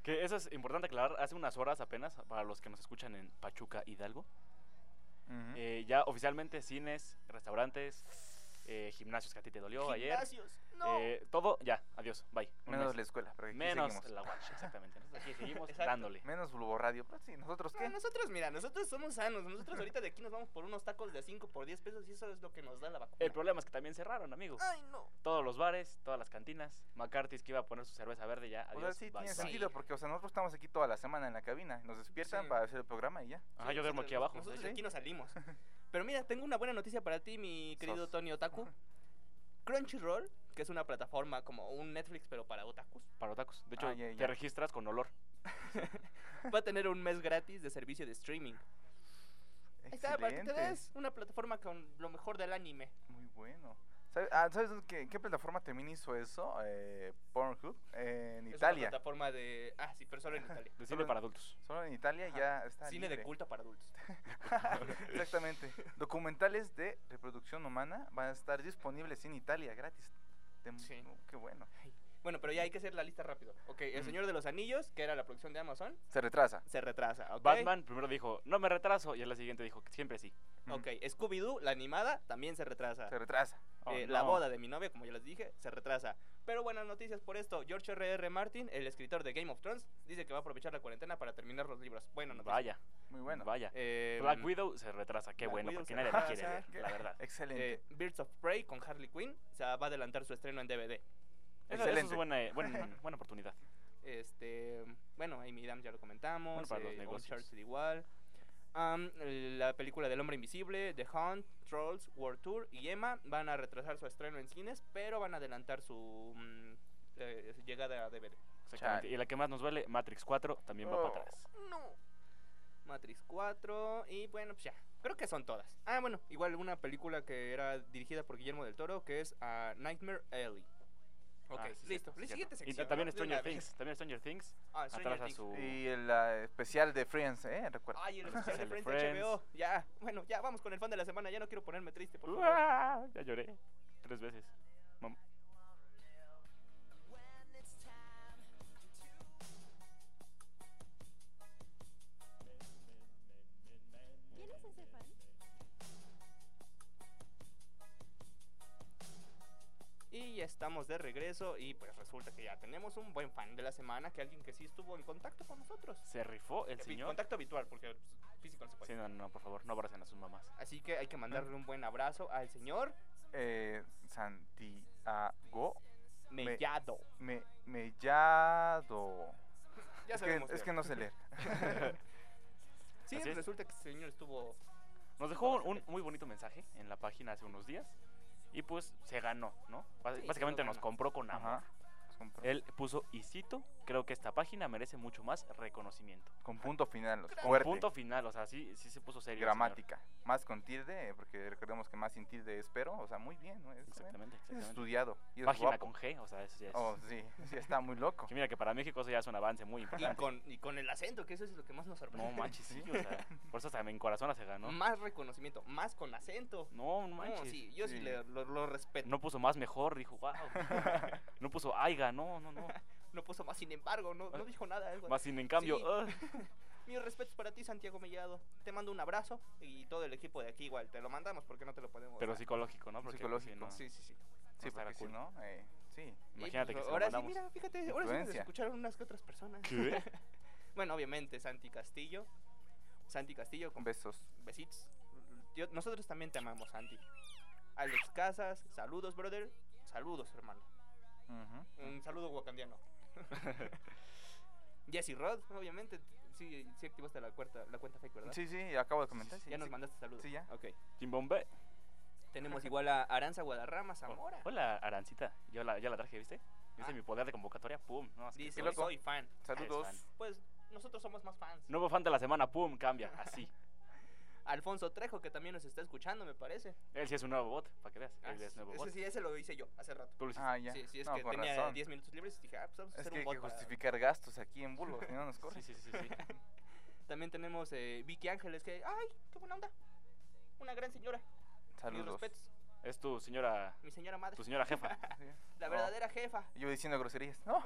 [SPEAKER 9] Que eso es importante aclarar. Hace unas horas apenas, para los que nos escuchan en Pachuca, Hidalgo, eh, ya oficialmente cines, restaurantes, eh, gimnasios que a ti te
[SPEAKER 8] (laughs)
[SPEAKER 9] dolió ayer.
[SPEAKER 8] Gimnasios, no.
[SPEAKER 9] eh, todo, ya, adiós, bye. un
[SPEAKER 7] Menos
[SPEAKER 9] mes.
[SPEAKER 7] la escuela, pero aquí
[SPEAKER 9] Menos
[SPEAKER 7] seguimos.
[SPEAKER 9] la watch, exactamente. Nosotros aquí seguimos
[SPEAKER 8] Exacto.
[SPEAKER 9] dándole.
[SPEAKER 7] Menos Bulbo Radio. Pero sí, ¿nosotros qué?
[SPEAKER 8] No, nosotros, mira, nosotros somos sanos. Nosotros ahorita de aquí nos vamos por unos tacos de 5 por 10 pesos y eso es lo que nos da la vacuna.
[SPEAKER 9] El problema es que también cerraron, amigo.
[SPEAKER 8] Ay, no.
[SPEAKER 9] Todos los bares, todas las cantinas. McCarthy's que iba a poner su cerveza verde ya.
[SPEAKER 7] O
[SPEAKER 9] Adiós,
[SPEAKER 7] sea, sí
[SPEAKER 9] bye,
[SPEAKER 7] tiene
[SPEAKER 9] bye.
[SPEAKER 7] sentido, porque o sea, nosotros estamos aquí toda la semana en la cabina. Nos despiertan
[SPEAKER 8] Sí.
[SPEAKER 7] para hacer el programa y ya.
[SPEAKER 9] Ajá, yo duermo aquí abajo.
[SPEAKER 8] Nosotros
[SPEAKER 9] de
[SPEAKER 8] de
[SPEAKER 9] hecho.
[SPEAKER 8] aquí nos salimos. Pero mira, tengo una buena noticia para ti, mi querido
[SPEAKER 7] Sos.
[SPEAKER 8] Tony Otaku. Crunchyroll, que es una plataforma como un Netflix, pero para otakus,
[SPEAKER 9] Para otakus. De hecho,
[SPEAKER 7] Ah, ya,
[SPEAKER 9] te
[SPEAKER 7] ya.
[SPEAKER 9] registras con olor.
[SPEAKER 8] va a tener un mes gratis de servicio de streaming. Ahí está, para que te
[SPEAKER 7] Excelente.
[SPEAKER 8] des una plataforma con lo mejor del anime.
[SPEAKER 7] Muy bueno. ¿Sabe- ah, ¿Sabes, qué, qué plataforma también hizo eso? Eh, Pornhub. eh, en
[SPEAKER 8] Es
[SPEAKER 7] Italia.
[SPEAKER 8] una plataforma de. Ah, sí, pero solo en Italia.
[SPEAKER 9] De
[SPEAKER 7] Solo
[SPEAKER 9] cine
[SPEAKER 7] en-
[SPEAKER 9] para adultos.
[SPEAKER 7] Solo en Italia
[SPEAKER 8] Ajá.
[SPEAKER 7] ya está.
[SPEAKER 8] Cine de
[SPEAKER 7] libre.
[SPEAKER 8] culto para adultos.
[SPEAKER 7] (laughs) Exactamente. Documentales de reproducción humana van a estar disponibles en Italia gratis. Tem- oh, qué bueno.
[SPEAKER 8] Bueno, pero ya hay que hacer la lista rápido. Ok, El
[SPEAKER 7] Mm.
[SPEAKER 8] Señor de los Anillos, que era la producción de Amazon.
[SPEAKER 7] Se retrasa.
[SPEAKER 8] Se retrasa, ok.
[SPEAKER 9] Batman primero dijo, no me retraso. Y a la siguiente dijo, siempre sí.
[SPEAKER 8] Ok, Scooby-Doo, la animada, también se retrasa.
[SPEAKER 7] Mm. Se retrasa.
[SPEAKER 9] Oh,
[SPEAKER 8] Eh, La
[SPEAKER 9] no.
[SPEAKER 8] boda de mi novia, como ya les dije, se retrasa. Pero buenas noticias por esto. George R.R. Martin, el escritor de Game of Thrones, dice que va a aprovechar la cuarentena para terminar los libros. Bueno, noticia.
[SPEAKER 9] Vaya.
[SPEAKER 7] Muy bueno.
[SPEAKER 9] Vaya.
[SPEAKER 8] Eh,
[SPEAKER 9] Black Widow se retrasa. Qué
[SPEAKER 8] Black
[SPEAKER 9] bueno,
[SPEAKER 8] Widow
[SPEAKER 9] porque
[SPEAKER 8] se
[SPEAKER 9] nadie la quiere
[SPEAKER 8] retrasa.
[SPEAKER 9] ver, la verdad.
[SPEAKER 7] Ah, Excelente.
[SPEAKER 8] Eh, Birds of Prey con Harley Quinn se va a adelantar su estreno en DVD.
[SPEAKER 9] Esa, esa es
[SPEAKER 7] excelente.
[SPEAKER 9] buena, eh,
[SPEAKER 8] (laughs)
[SPEAKER 9] buen- buena oportunidad.
[SPEAKER 8] Este, bueno, Amy Dam ya lo comentamos.
[SPEAKER 9] Bueno, para los
[SPEAKER 8] eh,
[SPEAKER 9] negocios.
[SPEAKER 8] Uncharted igual. Am, la película del Hombre Invisible, The Hunt, Trolls, World Tour y Emma van a retrasar su estreno en cines, pero van a adelantar su mm, eh, su llegada a DVD.
[SPEAKER 9] Exactamente. Y la que más nos duele, Matrix 4, también
[SPEAKER 8] Oh,
[SPEAKER 9] va para atrás.
[SPEAKER 8] No. Matrix 4 y bueno, pues ya. Creo que son todas. Ah, bueno, igual una película que era dirigida por Guillermo del Toro que es ah, Nightmare Alley. Ok,
[SPEAKER 9] Ah, sí,
[SPEAKER 8] listo.
[SPEAKER 9] cierto,
[SPEAKER 8] La
[SPEAKER 9] sí,
[SPEAKER 8] siguiente
[SPEAKER 9] cierto. Y
[SPEAKER 8] sección.
[SPEAKER 9] también
[SPEAKER 8] ¿no? De una
[SPEAKER 9] Stranger
[SPEAKER 8] vez.
[SPEAKER 9] Things. También Stranger Things.
[SPEAKER 8] Ah, Stranger
[SPEAKER 9] atrasa
[SPEAKER 8] Things.
[SPEAKER 9] su.
[SPEAKER 7] Y el ah, especial de Friends, ¿eh? Recuerda.
[SPEAKER 8] Ay,
[SPEAKER 9] (laughs)
[SPEAKER 8] el
[SPEAKER 9] Pues
[SPEAKER 8] especial de
[SPEAKER 9] el de
[SPEAKER 8] Friends de
[SPEAKER 9] Friends.
[SPEAKER 8] HBO. Ya, bueno, ya vamos con el fan de la semana. Ya no quiero ponerme triste, por favor.
[SPEAKER 9] Uah, Ah, ya lloré. Tres veces. Mam-
[SPEAKER 15] ¿Quién es ese fan?
[SPEAKER 8] Y ya estamos de regreso. Y pues resulta que ya tenemos un buen fan de la semana. Que alguien que sí estuvo en contacto con nosotros.
[SPEAKER 9] Se rifó el
[SPEAKER 8] Eh, vi-
[SPEAKER 9] señor.
[SPEAKER 8] Contacto habitual, porque pues, físico no se puede.
[SPEAKER 9] Sí, no, no, por favor, no abracen a sus mamás.
[SPEAKER 8] Así que hay que mandarle un buen abrazo al señor
[SPEAKER 7] Eh, Santiago. Me-
[SPEAKER 8] Mellado.
[SPEAKER 7] Me, mellado.
[SPEAKER 8] Ya
[SPEAKER 7] es, que,
[SPEAKER 8] sabemos
[SPEAKER 7] es
[SPEAKER 8] leer.
[SPEAKER 7] que no sé
[SPEAKER 8] (laughs)
[SPEAKER 7] leer.
[SPEAKER 8] Sí,
[SPEAKER 9] Así es.
[SPEAKER 8] resulta que este señor estuvo.
[SPEAKER 9] Nos dejó un, un muy bonito mensaje en la página hace unos días. Y pues se ganó, ¿no? Bás-
[SPEAKER 8] Sí,
[SPEAKER 9] Básicamente
[SPEAKER 8] se lo
[SPEAKER 9] nos
[SPEAKER 8] ganó.
[SPEAKER 9] compró con amor.
[SPEAKER 7] Ajá. Con,
[SPEAKER 9] Él puso, y cito, creo que esta página merece mucho más reconocimiento.
[SPEAKER 7] con punto final.
[SPEAKER 9] Con
[SPEAKER 7] fuerte.
[SPEAKER 9] punto final, o sea, sí, sí se puso serio. el señor.
[SPEAKER 7] gramática. Más con tilde, eh, porque recordemos que más sin tilde es pero. O sea, muy bien. ¿no? Es,
[SPEAKER 9] Exactamente,
[SPEAKER 7] es
[SPEAKER 9] exactamente.
[SPEAKER 7] estudiado. Y es
[SPEAKER 9] Página
[SPEAKER 7] guapo.
[SPEAKER 9] con G, o sea, eso ya es.
[SPEAKER 7] Oh, sí. (laughs) Sí, está muy loco.
[SPEAKER 9] Que mira, que para México eso ya es un avance muy
[SPEAKER 8] Y
[SPEAKER 9] (laughs) importante.
[SPEAKER 8] con, y con el acento, que eso es lo que más nos sorprende.
[SPEAKER 9] No manches, sí, o sea, por eso hasta en corazón se ganó.
[SPEAKER 8] Más reconocimiento, más con acento.
[SPEAKER 9] No, no
[SPEAKER 8] No,
[SPEAKER 9] manches.
[SPEAKER 8] sí, yo sí,
[SPEAKER 7] Sí.
[SPEAKER 8] le- lo, lo respeto.
[SPEAKER 9] No puso más mejor, dijo, wow. No puso aiga, no, no, no.
[SPEAKER 8] No puso más, sin embargo, no, no dijo nada. algo
[SPEAKER 9] Más sin en cambio,
[SPEAKER 8] Sí.
[SPEAKER 9] ah,
[SPEAKER 8] Mis respetos para ti, Santiago Mellado. Te mando un abrazo y todo el equipo de aquí igual. Te lo mandamos porque no te lo podemos.
[SPEAKER 9] pero
[SPEAKER 8] dar.
[SPEAKER 9] psicológico, ¿no? Porque pues, sí,
[SPEAKER 7] Psicológico.
[SPEAKER 9] no,
[SPEAKER 8] Sí, sí, sí.
[SPEAKER 7] Sí,
[SPEAKER 9] estará
[SPEAKER 7] porque si
[SPEAKER 9] cool.
[SPEAKER 7] no, eh, sí.
[SPEAKER 8] Y,
[SPEAKER 9] Imagínate que
[SPEAKER 8] pues,
[SPEAKER 9] se lo
[SPEAKER 8] ahora sí,
[SPEAKER 9] mandamos.
[SPEAKER 8] mira, fíjate, ahora sí nos
[SPEAKER 7] Influencia.
[SPEAKER 8] escucharon unas que otras personas.
[SPEAKER 9] ¿Qué?
[SPEAKER 8] bueno, obviamente, Santi Castillo. Santi Castillo con
[SPEAKER 7] Besos.
[SPEAKER 8] besitos. Yo- nosotros también te amamos, Santi. Alex Casas, saludos, brother. Saludos, hermano.
[SPEAKER 7] Ujú.
[SPEAKER 8] Un saludo
[SPEAKER 7] (laughs)
[SPEAKER 8] wakandiano. Jesse Rod, obviamente. Sí, sí activaste la cuenta, la cuenta fake, ¿verdad?
[SPEAKER 7] Sí, sí, acabo de comentar. sí,
[SPEAKER 8] Ya nos
[SPEAKER 7] sí.
[SPEAKER 8] mandaste saludos.
[SPEAKER 7] Sí, ya. (laughs)
[SPEAKER 8] Ok.
[SPEAKER 9] Chimbombe.
[SPEAKER 8] Tenemos igual a Aranza Guadarrama (laughs) Zamora.
[SPEAKER 9] Hola, Arancita. Yo la, ya la traje, ¿viste? ¿Viste
[SPEAKER 8] Ah.
[SPEAKER 9] mi poder de convocatoria? ¡Pum! No, así que
[SPEAKER 8] Dice,
[SPEAKER 9] soy-
[SPEAKER 7] loco.
[SPEAKER 8] soy fan.
[SPEAKER 9] eres
[SPEAKER 8] Ah,
[SPEAKER 7] Saludos.
[SPEAKER 9] fan.
[SPEAKER 8] Pues nosotros somos más fans.
[SPEAKER 9] Nuevo fan de la semana, ¡pum! Cambia, así.
[SPEAKER 8] Alfonso Trejo, que también nos está escuchando, me parece.
[SPEAKER 9] Él sí es un nuevo bot, para que veas.
[SPEAKER 8] Ah,
[SPEAKER 9] Él es nuevo
[SPEAKER 8] ese
[SPEAKER 9] bot.
[SPEAKER 8] sí, ese lo hice yo hace rato.
[SPEAKER 9] Tú lo hiciste.
[SPEAKER 7] Ah, ya.
[SPEAKER 8] Sí, sí, es
[SPEAKER 7] No,
[SPEAKER 8] que
[SPEAKER 7] con
[SPEAKER 8] tenía
[SPEAKER 7] razón.
[SPEAKER 8] 10 minutos libres y dije, ah, pues vamos a
[SPEAKER 7] Es
[SPEAKER 8] hacer un
[SPEAKER 7] que hay
[SPEAKER 8] bot.
[SPEAKER 7] que
[SPEAKER 8] para-
[SPEAKER 7] justificar gastos aquí en Bulbo, si no nos
[SPEAKER 9] (laughs)
[SPEAKER 7] corren.
[SPEAKER 9] Sí, sí, sí, sí.
[SPEAKER 8] También tenemos eh, Vicky Ángeles, que, ay, qué buena onda. Una gran señora. Mis
[SPEAKER 7] Saludos.
[SPEAKER 8] respetos.
[SPEAKER 9] Es tu señora.
[SPEAKER 8] Mi señora madre.
[SPEAKER 9] Tu señora
[SPEAKER 8] (laughs)
[SPEAKER 9] jefa.
[SPEAKER 8] La verdadera jefa.
[SPEAKER 7] Yo diciendo groserías. No.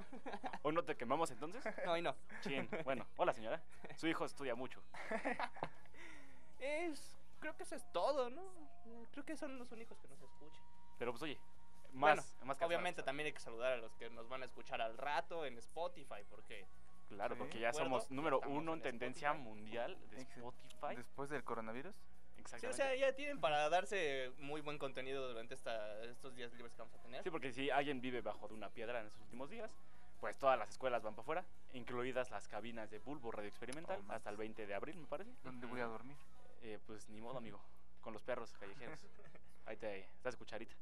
[SPEAKER 9] ¿Hoy no te quemamos entonces?
[SPEAKER 8] No, hoy no.
[SPEAKER 9] Chin. Bueno, hola señora. Su hijo estudia mucho.
[SPEAKER 8] Es, creo que eso es todo, ¿no? Eh, Creo que son los únicos que nos escuchan.
[SPEAKER 9] Pero pues oye, más,
[SPEAKER 8] Bueno,
[SPEAKER 9] más cansados.
[SPEAKER 8] obviamente también hay que saludar a los que nos van a escuchar al rato en Spotify, porque...
[SPEAKER 9] Claro,
[SPEAKER 8] Sí.
[SPEAKER 9] porque ya
[SPEAKER 8] ¿Recuerdo?
[SPEAKER 9] somos número
[SPEAKER 8] Estamos
[SPEAKER 9] uno en
[SPEAKER 8] en
[SPEAKER 9] tendencia mundial de
[SPEAKER 7] Ex-
[SPEAKER 9] Spotify.
[SPEAKER 7] Después del coronavirus.
[SPEAKER 8] Sí,
[SPEAKER 9] Exactamente.
[SPEAKER 8] o sea, ya tienen para darse muy buen contenido durante esta, estos días libres que vamos a tener.
[SPEAKER 9] Sí, porque si alguien vive bajo de una piedra en estos últimos días, pues todas las escuelas van para afuera, incluidas las cabinas de Bulbo Radio Experimental, hasta el 20 de abril, me parece.
[SPEAKER 7] ¿Dónde voy a dormir?
[SPEAKER 9] Eh, pues ni modo, amigo, con los perros callejeros.
[SPEAKER 7] (laughs)
[SPEAKER 9] Ahí te estás cucharita.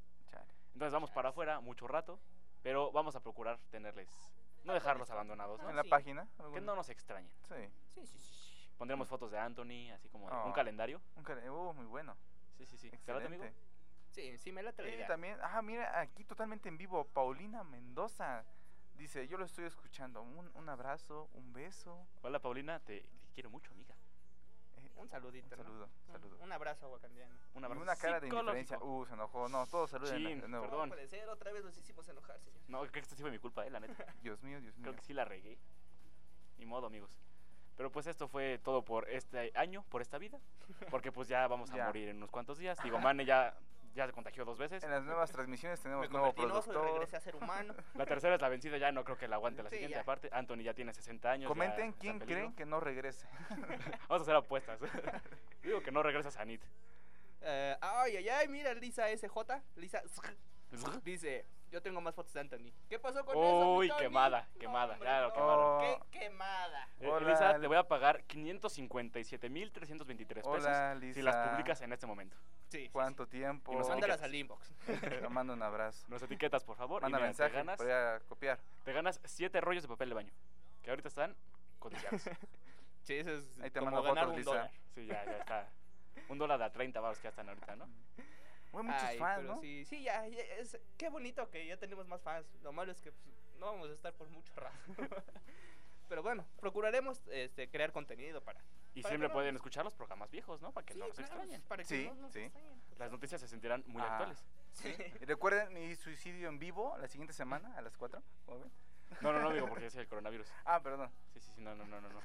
[SPEAKER 9] Entonces vamos para afuera mucho rato, pero vamos a procurar tenerles, no
[SPEAKER 8] Ah,
[SPEAKER 9] dejarlos abandonados, ¿no?
[SPEAKER 7] ¿En la
[SPEAKER 9] Sí.
[SPEAKER 7] página?
[SPEAKER 9] Que no nos extrañen.
[SPEAKER 7] Sí.
[SPEAKER 8] Sí, sí, sí.
[SPEAKER 9] Pondremos fotos de Anthony, así como de
[SPEAKER 7] Ah,
[SPEAKER 9] un calendario.
[SPEAKER 7] Un calen- uh, muy bueno.
[SPEAKER 9] Sí, sí, sí. ¿Te late, amigo?
[SPEAKER 7] Excelente.
[SPEAKER 8] Sí, sí, me late la
[SPEAKER 7] Y
[SPEAKER 8] idea.
[SPEAKER 7] también, ah, mira, aquí totalmente en vivo, Paulina Mendoza. Dice, yo lo estoy escuchando. Un, un abrazo, un beso. Eh,
[SPEAKER 9] Hola, Paulina, te, te quiero mucho, amiga.
[SPEAKER 8] Un saludito.
[SPEAKER 7] Un
[SPEAKER 8] ¿no?
[SPEAKER 7] saludo,
[SPEAKER 8] Un-
[SPEAKER 7] saludo.
[SPEAKER 8] Un abrazo, Aguacandiano.
[SPEAKER 9] Un
[SPEAKER 7] Y
[SPEAKER 9] abrazo
[SPEAKER 7] una cara de
[SPEAKER 9] psicológico.
[SPEAKER 7] indiferencia. Uh, se enojó. No, todos saluden.
[SPEAKER 9] Chin,
[SPEAKER 7] de nuevo.
[SPEAKER 9] perdón.
[SPEAKER 8] No puede ser, otra vez los hicimos enojar, señor.
[SPEAKER 9] No, creo que esto sí fue mi culpa, eh, la neta.
[SPEAKER 7] Dios mío, Dios mío.
[SPEAKER 9] Creo que sí la regué. Ni modo, amigos. Pero pues esto fue todo por este año, por esta vida. Porque pues ya vamos a
[SPEAKER 7] Ya.
[SPEAKER 9] morir en unos cuantos días. Digo, Mane ya, ya se contagió dos veces.
[SPEAKER 7] En las nuevas transmisiones tenemos
[SPEAKER 8] Me
[SPEAKER 7] nuevo
[SPEAKER 8] convertí en oso y
[SPEAKER 7] productor.
[SPEAKER 8] regresé a ser humano.
[SPEAKER 9] La tercera es la vencida, ya no creo que la aguante la
[SPEAKER 8] Sí,
[SPEAKER 9] siguiente.
[SPEAKER 8] ya.
[SPEAKER 9] Aparte, Anthony ya tiene 60 años. ya
[SPEAKER 7] Comenten
[SPEAKER 9] está en
[SPEAKER 7] quién
[SPEAKER 9] peligro.
[SPEAKER 7] creen que no regrese.
[SPEAKER 9] Vamos a hacer
[SPEAKER 7] (laughs)
[SPEAKER 9] apuestas. Digo que no regresas a NIT.
[SPEAKER 8] Eh, ay, ay, ay, mira, Lisa SJ. Lisa dice: Yo tengo más fotos de Anthony. ¿Qué pasó con eso? mi
[SPEAKER 9] Uy,
[SPEAKER 8] Tony?
[SPEAKER 9] quemada, quemada. Ya lo quemaron.
[SPEAKER 7] Oh,
[SPEAKER 8] ¡Qué quemada!
[SPEAKER 9] Eh,
[SPEAKER 7] Hola,
[SPEAKER 9] Elisa, te
[SPEAKER 7] Li-
[SPEAKER 9] voy a pagar 557.323 pesos
[SPEAKER 7] Hola,
[SPEAKER 9] si las
[SPEAKER 7] Lisa.
[SPEAKER 9] publicas en este momento.
[SPEAKER 8] Sí.
[SPEAKER 7] ¿Cuánto tiempo?
[SPEAKER 9] Y nos
[SPEAKER 8] Mándalas
[SPEAKER 9] etiquetas.
[SPEAKER 8] al inbox.
[SPEAKER 9] (laughs)
[SPEAKER 7] Te mando un abrazo.
[SPEAKER 9] Nos etiquetas, por favor. y
[SPEAKER 7] Manda
[SPEAKER 9] mira,
[SPEAKER 7] mensaje
[SPEAKER 9] te ganas,
[SPEAKER 7] para copiar.
[SPEAKER 9] te ganas siete rollos de papel de baño, que ahorita están
[SPEAKER 7] (laughs)
[SPEAKER 9] cotizados.
[SPEAKER 8] Sí, eso es
[SPEAKER 7] Ahí te
[SPEAKER 8] como
[SPEAKER 7] mando
[SPEAKER 8] ganar
[SPEAKER 7] fotos,
[SPEAKER 8] un
[SPEAKER 7] Lisa.
[SPEAKER 8] dólar.
[SPEAKER 9] sí, ya, ya está. Un dólar a 30 baros que ya están ahorita, ¿no?
[SPEAKER 7] Güey, muchos
[SPEAKER 8] Ay,
[SPEAKER 7] fans,
[SPEAKER 8] pero
[SPEAKER 7] ¿no?
[SPEAKER 8] Sí, sí, ya, ya, es- qué bonito que ya tenemos más fans. Lo malo es que pues, no vamos a estar por mucho rato. (laughs) pero bueno, procuraremos este, crear contenido para.
[SPEAKER 9] Y
[SPEAKER 8] para
[SPEAKER 9] siempre
[SPEAKER 8] que no
[SPEAKER 9] pueden
[SPEAKER 8] nos-
[SPEAKER 9] escuchar los programas viejos, ¿no? Para que
[SPEAKER 8] Sí,
[SPEAKER 9] no nos
[SPEAKER 8] claro,
[SPEAKER 9] extrañen.
[SPEAKER 8] Para que
[SPEAKER 7] Sí,
[SPEAKER 8] no nos
[SPEAKER 7] sí.
[SPEAKER 8] extrañen.
[SPEAKER 9] Las noticias se sentirán muy
[SPEAKER 7] Ah.
[SPEAKER 9] actuales.
[SPEAKER 8] Sí.
[SPEAKER 7] Y recuerden mi suicidio en vivo la siguiente semana a las 4. ¿cómo ven?
[SPEAKER 9] No, no, no, digo, porque
[SPEAKER 7] (laughs)
[SPEAKER 9] es el coronavirus.
[SPEAKER 7] Ah, perdón.
[SPEAKER 9] Sí, sí, sí, no, no, no, no. no.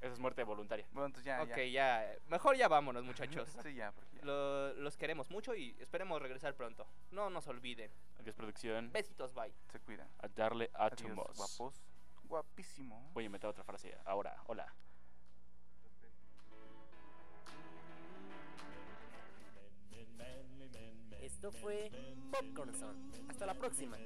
[SPEAKER 9] Eso es muerte voluntaria.
[SPEAKER 7] Bueno, entonces ya.
[SPEAKER 8] Ok, ya. eh, Mejor ya vámonos, muchachos.
[SPEAKER 7] (laughs) ya. Sí, ya, porque ya.
[SPEAKER 8] Lo- los queremos mucho y esperemos regresar pronto. No nos olviden.
[SPEAKER 9] Adiós, producción.
[SPEAKER 8] Besitos, bye.
[SPEAKER 7] Se cuidan.
[SPEAKER 9] A darle
[SPEAKER 7] Adiós,
[SPEAKER 9] átomos.
[SPEAKER 7] guapos. Guapísimo.
[SPEAKER 9] Voy a inventar otra frase ahora. Hola.
[SPEAKER 12] Esto fue Popcorn Zone. Hasta la próxima.